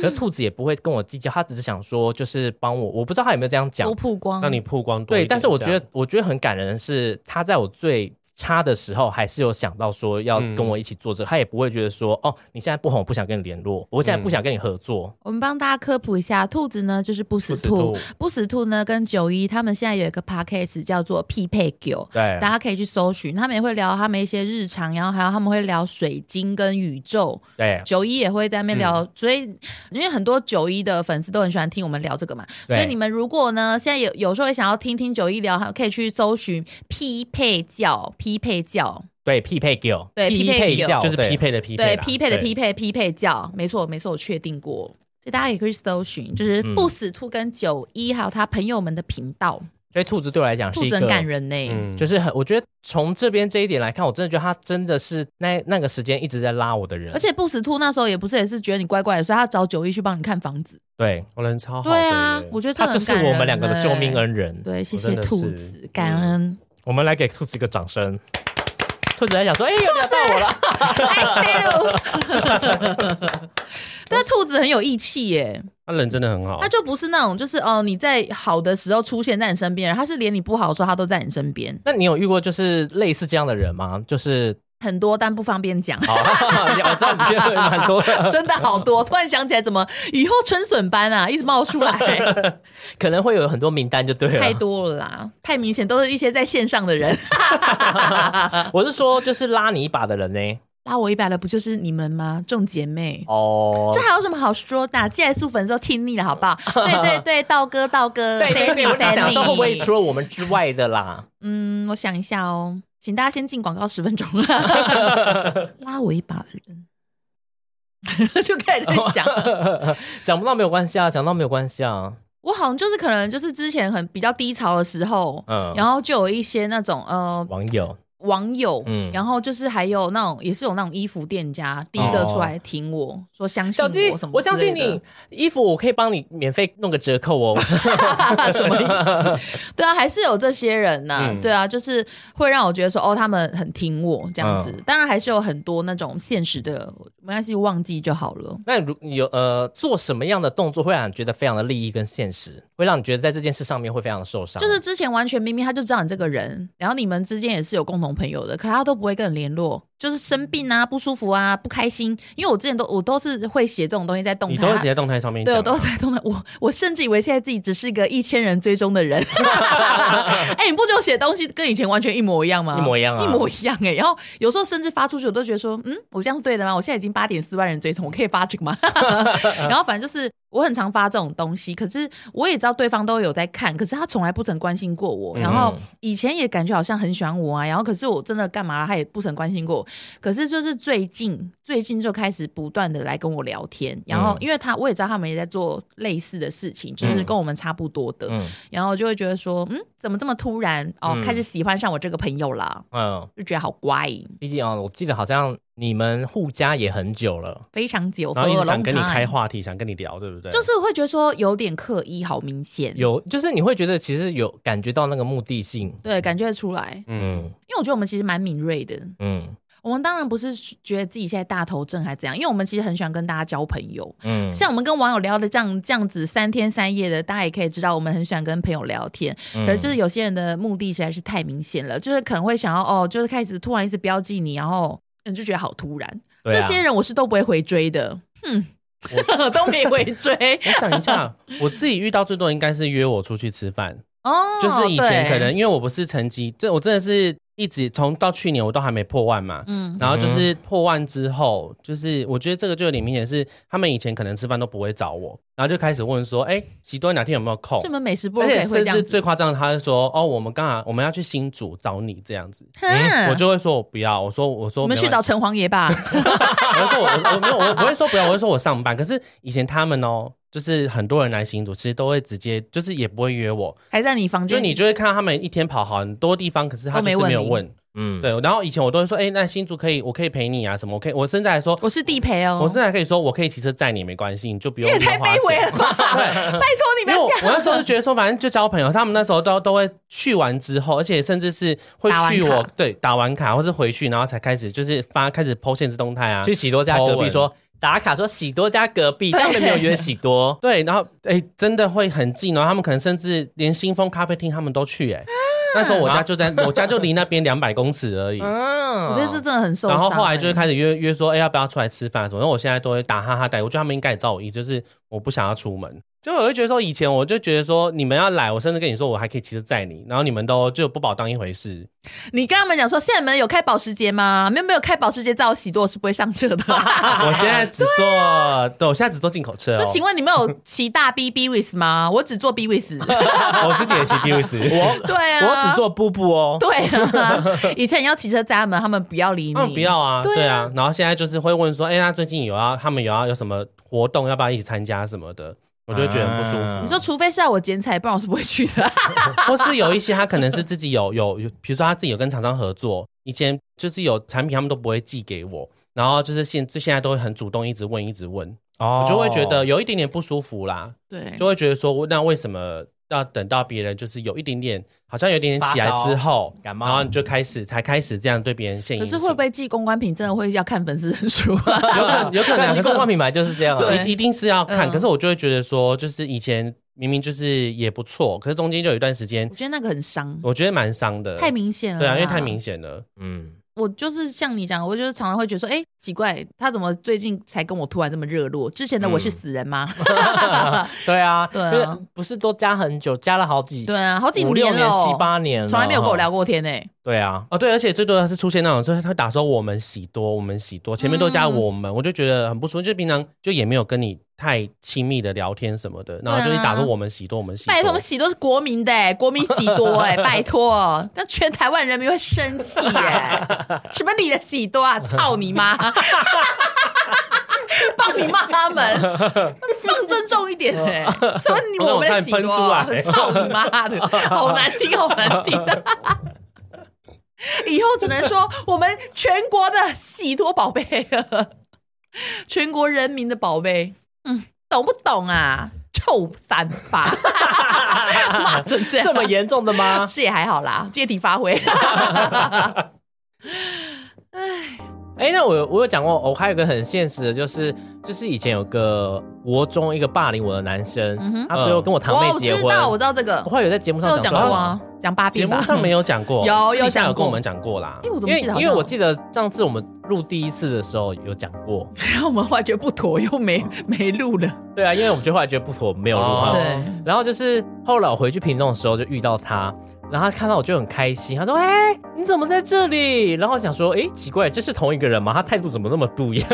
[SPEAKER 1] 可是兔子也不会跟我计较，他只是想说就是帮我，我不知道他有没有这样讲
[SPEAKER 3] 多，曝光，
[SPEAKER 4] 让你曝光多
[SPEAKER 1] 对，
[SPEAKER 4] 一点
[SPEAKER 1] 但是我觉
[SPEAKER 4] 这样
[SPEAKER 1] 得，我觉得很感人的是，他在我最差的时候，还是有想到说要
[SPEAKER 4] 嗯
[SPEAKER 1] 跟我一起做这个，他也不会觉得说，哦，你现在不红，我不想跟你联络，我
[SPEAKER 4] 嗯
[SPEAKER 1] 现在不想跟你合作。
[SPEAKER 3] 我们帮大家科普一下，兔子呢就是不死
[SPEAKER 4] 不死
[SPEAKER 3] 兔
[SPEAKER 4] 兔，
[SPEAKER 3] 不死兔呢跟九一他们现在有一个 podcast 叫做匹配狗。
[SPEAKER 1] 对
[SPEAKER 3] [laughs] 大，家可以去搜寻，他们也会聊他们一些日常，然后还有他们会聊水晶跟宇宙。
[SPEAKER 1] 对，
[SPEAKER 3] 九一也会在那边聊，所以因为很多九一的粉丝都很喜欢听我们聊这个嘛，
[SPEAKER 1] 对
[SPEAKER 3] 所以你们如果呢现在有有时候也想要听听九一聊，还可以去搜寻匹配教匹配教，
[SPEAKER 1] 对，匹配 girl，
[SPEAKER 3] 对匹配 girl
[SPEAKER 1] 教
[SPEAKER 4] 就是匹
[SPEAKER 1] 配，
[SPEAKER 4] 配的匹配
[SPEAKER 3] 对
[SPEAKER 4] 啦，
[SPEAKER 3] 匹配的匹配匹配教，没错没错，我确定过，所以大家也可以去搜寻，就是
[SPEAKER 1] 嗯
[SPEAKER 3] 不死兔跟九一还有他朋友们的频道，
[SPEAKER 1] 所以兔子对我来讲是
[SPEAKER 3] 兔
[SPEAKER 1] 一
[SPEAKER 3] 子很感
[SPEAKER 1] 个。
[SPEAKER 3] 人呢、
[SPEAKER 4] 嗯，
[SPEAKER 1] 就是很，我觉得从这边这一点来看，我真的觉得他真的是那那个时间一直在拉我的人，
[SPEAKER 3] 而且不死兔那时候也不是也是觉得你怪怪的，所以他找九一去帮你看房子。
[SPEAKER 1] 对
[SPEAKER 4] 我哦人超好的
[SPEAKER 3] 对啊
[SPEAKER 4] 耶，
[SPEAKER 3] 我觉得这
[SPEAKER 1] 他
[SPEAKER 3] 很
[SPEAKER 1] 就是
[SPEAKER 3] 感
[SPEAKER 1] 我们
[SPEAKER 3] 人
[SPEAKER 1] 两个的
[SPEAKER 3] 呢
[SPEAKER 1] 救命。恩人。
[SPEAKER 3] 对，谢
[SPEAKER 4] 我
[SPEAKER 3] 谢
[SPEAKER 4] 真的
[SPEAKER 3] 兔
[SPEAKER 4] 是
[SPEAKER 3] 子，
[SPEAKER 1] 嗯
[SPEAKER 3] 感恩。
[SPEAKER 1] 我们来给兔子一个掌声。兔子在想说，哎、又聊到我
[SPEAKER 3] [laughs]
[SPEAKER 1] 了。
[SPEAKER 3] 爱 [laughs] 但兔子很有义气耶，
[SPEAKER 4] 他人真的很好
[SPEAKER 3] 它，就不是那种就是哦你在好的时候出现在你身边，它是连你不好的时候它都在你身边，
[SPEAKER 1] 那你有遇过就是类似这样的人吗？就是，。
[SPEAKER 3] 很多但不方便讲
[SPEAKER 1] 好，我知道你觉得蛮多的，
[SPEAKER 3] 真的好多，突然想起来，怎么雨后春笋般啊，一直冒
[SPEAKER 1] [laughs]
[SPEAKER 3] 出
[SPEAKER 1] 啊
[SPEAKER 3] 来，
[SPEAKER 1] 可能会有很多名单就对了。
[SPEAKER 3] 太多了啦，太明显，都是一些在线上的
[SPEAKER 1] [laughs]
[SPEAKER 3] 人。
[SPEAKER 1] 我是说，就是拉你一把的人呢。
[SPEAKER 3] 拉我一把的不就是你们吗？众姐妹，
[SPEAKER 1] 哦
[SPEAKER 3] 这，还有什么好说的啊？既然素粉都听腻了，好不
[SPEAKER 1] [laughs]
[SPEAKER 3] 好？对对对，道哥道哥，
[SPEAKER 1] 对对对，我就想说会不会
[SPEAKER 3] Fanny，Fanny
[SPEAKER 1] 除了我们之外的啦？
[SPEAKER 3] 嗯，我想一下哦，请大家先进广告十分钟，
[SPEAKER 1] [laughs]
[SPEAKER 3] 拉我一把的人， [laughs] 就开始在想，
[SPEAKER 1] 哦想不到没有关系啊，想到没有关系啊。
[SPEAKER 3] 我好像就是可能就是之前很比较低潮的时候，
[SPEAKER 1] 嗯，
[SPEAKER 3] 然后就有一些那种呃
[SPEAKER 1] 网友
[SPEAKER 3] 网友，
[SPEAKER 1] 嗯
[SPEAKER 3] 然后就是还有那种也是有那种衣服店家第一个出来挺我、说相信
[SPEAKER 1] 哦小鸡
[SPEAKER 3] 我什，么，
[SPEAKER 1] 我相信你。，衣服我可以帮你免费弄个折扣哦。
[SPEAKER 3] 什么意思？对啊，还是有这些人呐、
[SPEAKER 1] 嗯
[SPEAKER 3] 对啊，就是会让我觉得说，哦，他们很听我这样
[SPEAKER 1] 嗯
[SPEAKER 3] 子。当然还是有很多那种现实的，没关系，忘记就好了。
[SPEAKER 1] 那如你有呃做什么样的动作会让你觉得非常的利益跟现实，会让你觉得在这件事上面会非常的受伤？
[SPEAKER 3] 就是之前完全明明他就知道你这个人，然后你们之间也是有共同朋友的，可他都不会跟你联络，就是生病啊、不舒服啊、不开心。因为我之前都我都是会写这种东西在动
[SPEAKER 4] 你
[SPEAKER 3] 态，
[SPEAKER 4] 都会直接动态上面
[SPEAKER 3] 对，
[SPEAKER 4] 讲
[SPEAKER 3] 我
[SPEAKER 4] 啊，
[SPEAKER 3] 都在动态。我我甚至以为现在自己只是一个一千人追踪
[SPEAKER 1] [laughs]
[SPEAKER 3] 的人。哎、你不觉得我写东西跟以前完全一模一样吗？
[SPEAKER 1] 一模一样啊
[SPEAKER 3] 一模一样哎、然后有时候甚至发出去，我都觉得说，嗯，我这样对的吗？我现在已经八点四万人追踪，我可以发这个吗？ [laughs] 然后反正就是我很常发这种东西，可是我也知道对方都有在看，可是他从来不曾关心过我。然后
[SPEAKER 1] 嗯
[SPEAKER 3] 以前也感觉好像很喜欢我啊，然后可是我真的干嘛了，他也不曾关心过我。可是就是最近最近就开始不断的来跟我聊天，然后
[SPEAKER 1] 嗯
[SPEAKER 3] 因为他我也知道他们也在做类似的事情，就是
[SPEAKER 1] 嗯
[SPEAKER 3] 跟我们差不多的，
[SPEAKER 1] 嗯
[SPEAKER 3] 然后就会觉得说，嗯，怎么这么突然哦，
[SPEAKER 1] 嗯
[SPEAKER 3] 开始喜欢上我这个朋友啦，
[SPEAKER 1] 嗯，
[SPEAKER 3] 就觉得好乖，
[SPEAKER 1] 毕竟啊，我记得好像你们互加也很久了，
[SPEAKER 3] 非常久，
[SPEAKER 4] 然后一
[SPEAKER 3] for
[SPEAKER 4] 直
[SPEAKER 3] a
[SPEAKER 4] 想
[SPEAKER 3] long
[SPEAKER 4] 跟你
[SPEAKER 3] time
[SPEAKER 4] 开话题，想跟你聊，对不对？
[SPEAKER 3] 就是会觉得说有点刻意，好明显，
[SPEAKER 1] 有就是你会觉得其实有感觉到那个目的性，
[SPEAKER 3] 对感觉得出来，
[SPEAKER 4] 嗯，
[SPEAKER 1] 嗯
[SPEAKER 3] 因为我觉得我们其实蛮敏锐的，
[SPEAKER 1] 嗯
[SPEAKER 3] 我们当然不是觉得自己现在大头症还怎样，因为我们其实很喜欢跟大家交朋友，
[SPEAKER 1] 嗯，
[SPEAKER 3] 像我们跟网友聊的这样这样子三天三夜的，大家也可以知道，我们很喜欢跟朋友聊天。
[SPEAKER 1] 嗯
[SPEAKER 4] 嗯
[SPEAKER 3] 可是就是有些人的目的实在是太明显了，就是可能会想要哦，就是开始突然一直标记你，然后你就觉得好突然。
[SPEAKER 1] 对
[SPEAKER 3] 这
[SPEAKER 1] 啊
[SPEAKER 3] 些人我是都不会回追的，嗯， [laughs] 都没回追
[SPEAKER 4] 我想一下，我自己遇到最多应该是约我出去吃饭，
[SPEAKER 3] 哦。
[SPEAKER 4] [laughs] 就是以前可能
[SPEAKER 3] 对
[SPEAKER 4] 因为我不是成绩，这我真的是一直从到去年我都还没破万嘛。
[SPEAKER 3] 嗯
[SPEAKER 4] 然后就是破万之后，就是我觉得这个就有点明显是他们以前可能吃饭都不会找我，然后就开始问说，哎，喜多哪天有没有空
[SPEAKER 3] 是？我们美食部
[SPEAKER 4] 而
[SPEAKER 3] 落格
[SPEAKER 4] 且
[SPEAKER 3] 也会
[SPEAKER 4] 甚
[SPEAKER 3] 这
[SPEAKER 4] 至
[SPEAKER 3] 样
[SPEAKER 4] 最
[SPEAKER 3] 子，
[SPEAKER 4] 夸张，的，他就说：“哦，我们刚好我们要去新竹找你这样子。”
[SPEAKER 3] 哼
[SPEAKER 4] 我就会说：“我不要。”我说：“我说
[SPEAKER 3] 我们
[SPEAKER 4] 没
[SPEAKER 3] 去
[SPEAKER 4] 关
[SPEAKER 3] 找城隍爷
[SPEAKER 4] [laughs]
[SPEAKER 3] 吧。
[SPEAKER 4] 我会说我我没有我不会说不要，我会说我上班。可是以前他们哦，就是很多人来新竹，其实都会直接就是也不会约我，
[SPEAKER 3] 还在你房
[SPEAKER 4] 就
[SPEAKER 3] 间，
[SPEAKER 4] 是你就会看到他们一天跑很多地方，可是
[SPEAKER 3] 都
[SPEAKER 4] 他就
[SPEAKER 3] 没
[SPEAKER 4] 是
[SPEAKER 3] 问
[SPEAKER 4] 没有
[SPEAKER 3] 你
[SPEAKER 4] 问。
[SPEAKER 1] 嗯
[SPEAKER 4] 对，然后以前我都会说，哎、那新竹可以，我可以陪你啊，什么，我可以，我甚至还说。
[SPEAKER 3] 我是地陪哦，
[SPEAKER 4] 我甚至还可以说，我可以骑车载你，没关系，你就不用
[SPEAKER 3] 你也太
[SPEAKER 4] 零花钱
[SPEAKER 3] 卑微了吧
[SPEAKER 4] 对，
[SPEAKER 3] 拜托 [laughs] 你
[SPEAKER 4] 因
[SPEAKER 3] 们
[SPEAKER 4] 为我我那时候就觉得说，反正就交朋友，他们那时候都都会去完之后，而且甚至是会
[SPEAKER 3] 打完
[SPEAKER 4] 去我
[SPEAKER 3] 卡
[SPEAKER 4] 对打完卡，或是回去，然后才开始就是发开始剖现实动态啊，
[SPEAKER 1] 去喜多家隔壁
[SPEAKER 4] 偷
[SPEAKER 1] 说打卡说喜多家隔壁，
[SPEAKER 3] 对
[SPEAKER 1] 根本没有约喜
[SPEAKER 3] [laughs]
[SPEAKER 1] 多，
[SPEAKER 4] 对，然后哎、真的会很近哦。他们可能甚至连新丰咖啡厅他们都去哎、
[SPEAKER 3] 啊
[SPEAKER 4] 那时候我家就在，我家就离那边两百公尺而已。
[SPEAKER 1] 嗯，
[SPEAKER 3] 我觉得这真的很受伤
[SPEAKER 4] 然
[SPEAKER 3] 欸。
[SPEAKER 4] 后后来就会开始约约说，哎、要不要出来吃饭什么？然后我现在都会打哈哈带，我觉得他们应该也知道我意思，就是我不想要出门。就我会觉得说，以前我就觉得说，你们要来，我甚至跟你说我还可以骑车载你，然后你们都就不把我当一回事。
[SPEAKER 3] 你跟他们讲说，现在你们有开保时捷吗？没有没有开保时捷，在我喜多我是不会上车的。
[SPEAKER 4] [laughs] 我现在只做，对我现在只做进口车、哦
[SPEAKER 3] 就，请问你们有骑大 B B with 吗？我只做 B
[SPEAKER 4] [laughs]
[SPEAKER 3] with。
[SPEAKER 4] 我自己也骑 b u
[SPEAKER 1] [laughs]
[SPEAKER 4] s
[SPEAKER 1] 我
[SPEAKER 3] 对啊，
[SPEAKER 1] 我只做布布哦，
[SPEAKER 3] 对啊。以前你要骑车载他们，他们不要理你，
[SPEAKER 4] 他们不要啊，
[SPEAKER 3] 对啊
[SPEAKER 4] 对啊，然后现在就是会问说，哎、那最近有要他们有要有什么活动，要不要一起参加什么的？我就会觉得很不舒
[SPEAKER 1] 啊
[SPEAKER 4] 服。
[SPEAKER 3] 你说，除非是要我剪彩，不然我是不会去
[SPEAKER 4] [laughs]
[SPEAKER 3] 的。
[SPEAKER 4] 或是有一些他可能是自己有有有，比如说他自己有跟厂商合作，以前就是有产品他们都不会寄给我，然后就是现就现在都会很主动一直问一直问，
[SPEAKER 1] 哦
[SPEAKER 4] 我就会觉得有一点点不舒服啦，
[SPEAKER 3] 对，
[SPEAKER 4] 就会觉得说，那为什么要等到别人就是有一点点好像有一点点起来
[SPEAKER 1] 发烧
[SPEAKER 4] 之后，
[SPEAKER 1] 感
[SPEAKER 4] 然后
[SPEAKER 1] 冒
[SPEAKER 4] 你，就开始才开始这样对别人献殷
[SPEAKER 3] 可
[SPEAKER 4] 勤？
[SPEAKER 3] 是会不会寄公关品，真的会要看粉丝人数
[SPEAKER 4] [laughs]
[SPEAKER 3] 啊？
[SPEAKER 4] 有可能有
[SPEAKER 1] [laughs]
[SPEAKER 4] 可能
[SPEAKER 1] 但是
[SPEAKER 4] 可是
[SPEAKER 1] 公关品牌就是这样啊，
[SPEAKER 3] 对
[SPEAKER 4] 一一定是要看。
[SPEAKER 3] 嗯
[SPEAKER 4] 可是我就会觉得说，就是以前明明就是也不错，可是中间就有一段时间
[SPEAKER 3] 我，觉得那个很伤，
[SPEAKER 4] 我觉得蛮伤的。
[SPEAKER 3] 太明显了啦。
[SPEAKER 4] 对啊，因为太明显了。
[SPEAKER 1] 嗯，
[SPEAKER 3] 我就是像你讲的，我就是常常会觉得说，哎、奇怪，他怎么最近才跟我突然这么热络？之前的我
[SPEAKER 4] 嗯
[SPEAKER 3] 是死人吗？ [laughs]
[SPEAKER 1] 对啊，
[SPEAKER 3] 对啊
[SPEAKER 1] 因为不是都加很久，加了好几
[SPEAKER 3] 对啊，好几
[SPEAKER 1] 五六
[SPEAKER 3] 年
[SPEAKER 1] 年、
[SPEAKER 3] 了，
[SPEAKER 1] 七八年了，
[SPEAKER 3] 从来没有跟我聊
[SPEAKER 1] 过。
[SPEAKER 3] 过天诶、
[SPEAKER 1] 对啊，
[SPEAKER 4] 哦，对，而且最多的是出现那种，就是他打说我们喜多，我们喜多，前面都
[SPEAKER 3] 嗯
[SPEAKER 4] 加我们，我就觉得很不舒服。就平常就也没有跟你太亲密的聊天什么的，然后就
[SPEAKER 3] 对啊
[SPEAKER 4] 是打说我们喜多，我们喜多。
[SPEAKER 3] 拜托，我们喜多是国民的、
[SPEAKER 4] [laughs]
[SPEAKER 3] 欸，国民喜多哎、拜托，那全台湾人民会生气耶、
[SPEAKER 4] [laughs]
[SPEAKER 3] 什么你的喜多啊，操你妈！ [laughs] 帮你骂他们，放尊重一点哎、欸，什么你
[SPEAKER 4] 我
[SPEAKER 3] 我们的
[SPEAKER 4] 看
[SPEAKER 3] 喜
[SPEAKER 4] 喷
[SPEAKER 3] 多
[SPEAKER 4] 出
[SPEAKER 3] 啊
[SPEAKER 4] 来， [laughs]
[SPEAKER 3] 操你妈的，好难听，好难听。
[SPEAKER 2] 以后只能说我们全国的喜多宝贝了，全国人民的宝贝。嗯，懂不懂啊？臭三八，
[SPEAKER 1] [laughs]
[SPEAKER 2] 骂成
[SPEAKER 3] 啊
[SPEAKER 2] 这样，
[SPEAKER 1] 这么严重的吗？
[SPEAKER 2] 是也还好啦，借题发挥。
[SPEAKER 1] 哎、那我有我有讲过，哦我还有一个很现实的，就是就是以前有个国中一个霸凌我的男生，他最后跟我堂
[SPEAKER 2] 嗯我
[SPEAKER 1] 妹
[SPEAKER 2] 我
[SPEAKER 1] 结
[SPEAKER 2] 知
[SPEAKER 1] 婚，
[SPEAKER 2] 道，我知道这个
[SPEAKER 1] 我，后来有在节目
[SPEAKER 2] 这有
[SPEAKER 1] 上
[SPEAKER 2] 讲
[SPEAKER 1] 说
[SPEAKER 2] 过啊，讲八
[SPEAKER 4] 节
[SPEAKER 2] 遍吧。
[SPEAKER 4] 目上没
[SPEAKER 2] 有，
[SPEAKER 4] 有讲过，
[SPEAKER 2] 有有
[SPEAKER 4] 私底下
[SPEAKER 2] 讲
[SPEAKER 4] 有跟
[SPEAKER 2] 过
[SPEAKER 4] 我们讲过啦
[SPEAKER 2] 哎，。我怎么
[SPEAKER 1] 因为
[SPEAKER 2] 记得好像？
[SPEAKER 1] 因为我记得上次我们录第一次的时候有讲过，
[SPEAKER 2] 然后我们发觉不妥，又没没录了。
[SPEAKER 1] 对啊，因为我们就后来觉得不妥，没有录
[SPEAKER 4] 哦
[SPEAKER 1] 好。
[SPEAKER 2] 对，
[SPEAKER 1] 然后就是后来我回去屏东的时候就遇到他，然后他看到我就很开心，他说：“哎、你怎么在这里？”然后我想说：“哎、奇怪，这是同一个人吗？他态度怎么那么不一样？”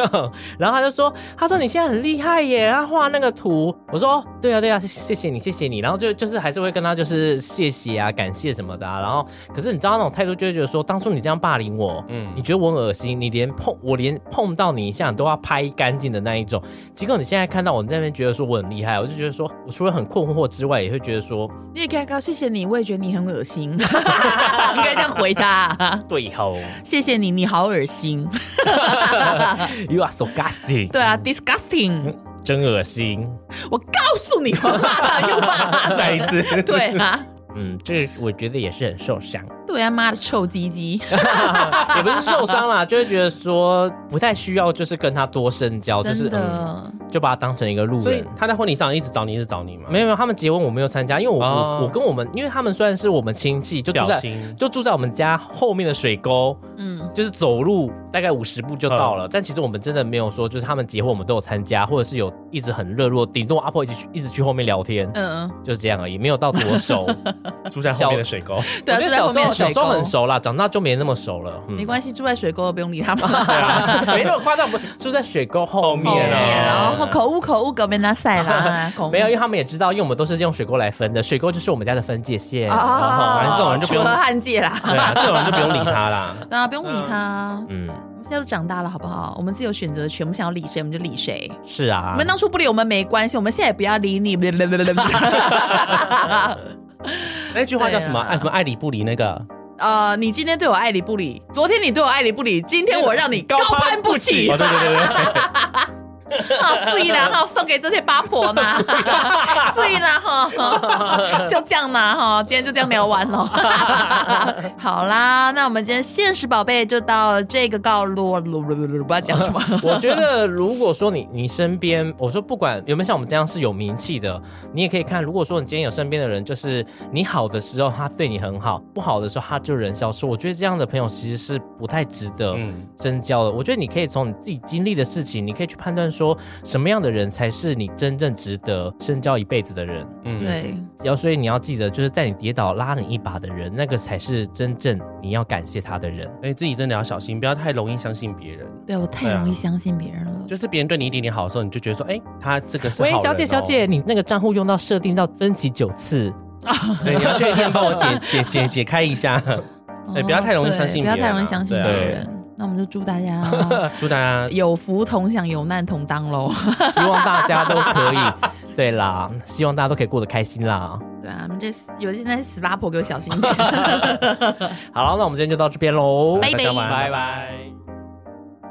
[SPEAKER 1] [laughs] 然后他就说：“他说你现在很厉害耶，他画那个图。”我说：“哦对啊，对啊，谢谢你，谢谢你。”然后就就是还是会跟他就是谢谢啊，感谢什么的、啊。然后可是你知道那种态度就会觉得说，当初你这样霸凌我，
[SPEAKER 4] 嗯
[SPEAKER 1] 嗯，你觉得我很恶心，你连碰我连碰到你一下你都要拍干净的那一种。结果你现在看到我那边觉得说我很厉害，我就觉得说我除了很困惑之外，也会觉得说 [laughs]
[SPEAKER 3] 你也可以告谢谢你，我也觉得你很
[SPEAKER 2] [laughs]
[SPEAKER 3] 恶心，
[SPEAKER 2] 应该这样回答。
[SPEAKER 1] 对吼
[SPEAKER 3] 谢谢你，你好恶心。
[SPEAKER 1] ，You are so disgusting，
[SPEAKER 2] 对啊，disgusting！
[SPEAKER 1] 真恶心。
[SPEAKER 2] 我告诉你， [laughs] 我骂又
[SPEAKER 3] 啊
[SPEAKER 2] 骂
[SPEAKER 4] 再一次，
[SPEAKER 2] 对啊，
[SPEAKER 1] 嗯，这我觉得也是很受伤，
[SPEAKER 3] 对啊，妈的臭鸡鸡，
[SPEAKER 1] 也不是受伤啦，就会觉得说不太需要，就是跟他多深交，就
[SPEAKER 3] 真
[SPEAKER 1] 是、
[SPEAKER 3] 的。
[SPEAKER 1] 嗯、就把他当成一个路
[SPEAKER 4] [laughs] 所以
[SPEAKER 1] 人。
[SPEAKER 4] 他在婚礼上一直找你，一直找你嘛，
[SPEAKER 1] 没有没有，他们结婚我没有参加，因为我、
[SPEAKER 4] 哦
[SPEAKER 1] 我我跟我们，因为他们虽然是我们亲戚，就住
[SPEAKER 4] 表
[SPEAKER 1] 在
[SPEAKER 4] 情，
[SPEAKER 1] 就住在我们家后面的水沟，
[SPEAKER 3] 嗯，
[SPEAKER 1] 就是走路大概五十步就到
[SPEAKER 2] 嗯
[SPEAKER 1] 了。但其实我们真的没有说，就是他们结婚我们都有参加，或者是有一直很热络，顶多阿婆一起去一直去后面聊天，
[SPEAKER 3] 嗯，
[SPEAKER 1] 就是这样而已，没有到多熟。
[SPEAKER 4] [laughs] 住在后面的水沟，
[SPEAKER 2] [laughs] 对啊，
[SPEAKER 1] 我
[SPEAKER 2] 就
[SPEAKER 1] 觉得
[SPEAKER 2] 在
[SPEAKER 1] 小
[SPEAKER 2] 后
[SPEAKER 1] 时
[SPEAKER 2] 面
[SPEAKER 1] 候
[SPEAKER 2] 的
[SPEAKER 1] 小
[SPEAKER 2] 水
[SPEAKER 1] 时候
[SPEAKER 2] 沟
[SPEAKER 1] 很熟啦，长大就没那么熟了。嗯
[SPEAKER 3] 没关系，住在水沟的不用理他们。
[SPEAKER 1] 没那么夸张，不是住在水沟后面
[SPEAKER 4] 后
[SPEAKER 3] 后
[SPEAKER 4] 面
[SPEAKER 3] 面，
[SPEAKER 1] 啊
[SPEAKER 3] 然后口误口误，狗没拿塞啦，口误
[SPEAKER 1] 没有，因为他们也知道，因为我们都是用水沟来分的，水沟就是我们家的分界线。
[SPEAKER 2] 啊，
[SPEAKER 4] 反正这种人就不用
[SPEAKER 2] 楚河汉界啦。
[SPEAKER 4] [laughs] 对啊，这种人就不用理他啦。
[SPEAKER 3] 对啊，不用理他。
[SPEAKER 1] 嗯，
[SPEAKER 3] 我们现在都长大了，好不好？我们自由选择权，我们想要理谁我们就理谁。
[SPEAKER 1] 是啊。
[SPEAKER 3] 你们当初不理我们没关系，我们现在也不要理你。
[SPEAKER 4] 那句话叫什么？
[SPEAKER 3] 对啊
[SPEAKER 4] 爱什么爱理不理那个？
[SPEAKER 3] 呃，你今天对我爱理不理，昨天你对我爱理不理，今天我让你高攀不起
[SPEAKER 4] 哦，。对对对
[SPEAKER 3] [laughs]
[SPEAKER 4] 对，
[SPEAKER 3] 好，碎啦
[SPEAKER 4] [laughs]
[SPEAKER 3] 哈，送给这些八婆呢，碎啦
[SPEAKER 4] [laughs]
[SPEAKER 3] 哈，就这样啦哈，今天就这样聊完了。
[SPEAKER 4] [laughs]
[SPEAKER 3] 好啦，那我们今天现实宝贝就到这个告落，不要讲什么。
[SPEAKER 1] [laughs] 我觉得，如果说你你身边，我说不管有没有像我们这样是有名气的，你也可以看。如果说你今天有身边的人，就是你好的时候他对你很好，不好的时候他就人消失。我觉得这样的朋友其实是不太值得
[SPEAKER 4] 嗯
[SPEAKER 1] 深交的。我觉得你可以从你自己经历的事情，你可以去判断说什么样的人才是你真正值得深交一辈子的人。
[SPEAKER 4] 嗯，
[SPEAKER 3] 对，
[SPEAKER 1] 要所以你要记得，就是在你跌倒拉你一把的人，那个才是真正你要感谢他的人。
[SPEAKER 4] 哎，自己真的要小心，不要太容易相信别人。
[SPEAKER 3] 对我太容易相信别人了。
[SPEAKER 4] 就是别人对你一点点好的时候，你就觉得说，哎，他这个是好
[SPEAKER 1] 喂
[SPEAKER 4] 人，哦
[SPEAKER 1] 小姐，小，姐，你那个账户用到设定到分期九次，
[SPEAKER 4] [laughs] 对，你要确定帮我解解解解开一下。 [laughs] 对
[SPEAKER 3] 哦
[SPEAKER 4] 哎不要太容易相
[SPEAKER 3] 对
[SPEAKER 4] 信
[SPEAKER 3] 不要
[SPEAKER 4] 别人
[SPEAKER 3] 太
[SPEAKER 4] 啊
[SPEAKER 3] 容易相信
[SPEAKER 4] 对
[SPEAKER 3] 别
[SPEAKER 4] 啊
[SPEAKER 3] 人。那我们就祝大
[SPEAKER 4] [laughs]
[SPEAKER 3] 家
[SPEAKER 4] 祝大家
[SPEAKER 3] 有福同享，有难同当喽。
[SPEAKER 1] 希望大家都可以。 [laughs] 对啦，希望大家都可以过得开心啦。
[SPEAKER 3] 对啊，我们这有现在死八婆给我小心一点。
[SPEAKER 4] [laughs]
[SPEAKER 1] 好了，那我们今天就到这边喽，
[SPEAKER 3] 拜拜
[SPEAKER 1] 大家晚安拜
[SPEAKER 4] 拜拜
[SPEAKER 1] 拜。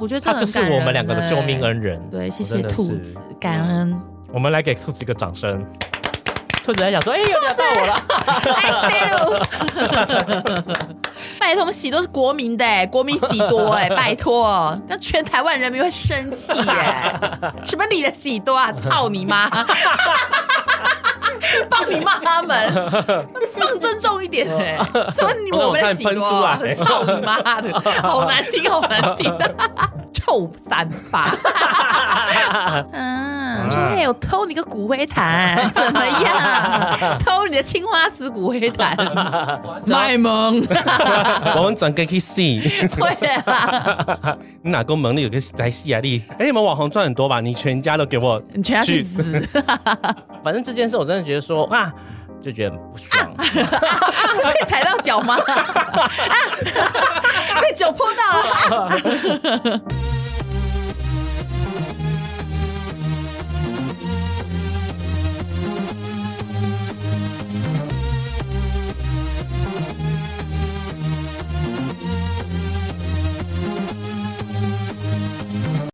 [SPEAKER 3] 我觉得
[SPEAKER 1] 他
[SPEAKER 3] 这
[SPEAKER 1] 就是我们两个的救命
[SPEAKER 3] 恩。
[SPEAKER 1] 恩人。
[SPEAKER 3] 对，谢
[SPEAKER 4] 我
[SPEAKER 3] 谢
[SPEAKER 4] 真的
[SPEAKER 3] 兔
[SPEAKER 4] 是
[SPEAKER 3] 子，感恩。
[SPEAKER 1] 我们来给兔子一个掌声。兔子还想说，哎、有点到我了。
[SPEAKER 3] 爱谁了？拜托，我们喜都是国民的、欸，国民喜多 [laughs] 哎、拜托，那全台湾人民会生气耶、 [laughs] 什么你的喜多啊，操你 [laughs] 妈！帮你骂他们，放尊重一 [laughs] 点哎、什么你
[SPEAKER 4] 我
[SPEAKER 3] 我们的
[SPEAKER 4] 看
[SPEAKER 3] 喜
[SPEAKER 4] 喷
[SPEAKER 3] 多
[SPEAKER 4] 出
[SPEAKER 3] 啊，
[SPEAKER 4] 来
[SPEAKER 3] 操你妈的，好难听，好难听，啊 [laughs] 臭三八！ [laughs] 嗯，说嘿，我偷你个骨灰坛，怎么 [laughs] 样？偷你的青花瓷骨灰坛，卖萌，
[SPEAKER 4] [laughs] 我们转给去戏，
[SPEAKER 3] 对啊，
[SPEAKER 4] 你哪个门里有个在戏啊？你哎，你们网红赚很多吧？你全家都给我
[SPEAKER 3] 你全家去 [laughs]
[SPEAKER 4] 去
[SPEAKER 3] 死！
[SPEAKER 1] 反正这件事我真的觉得说啊，就觉得很不爽。
[SPEAKER 3] 是被踩到 [laughs] 脚吗？啊，被脚碰到了。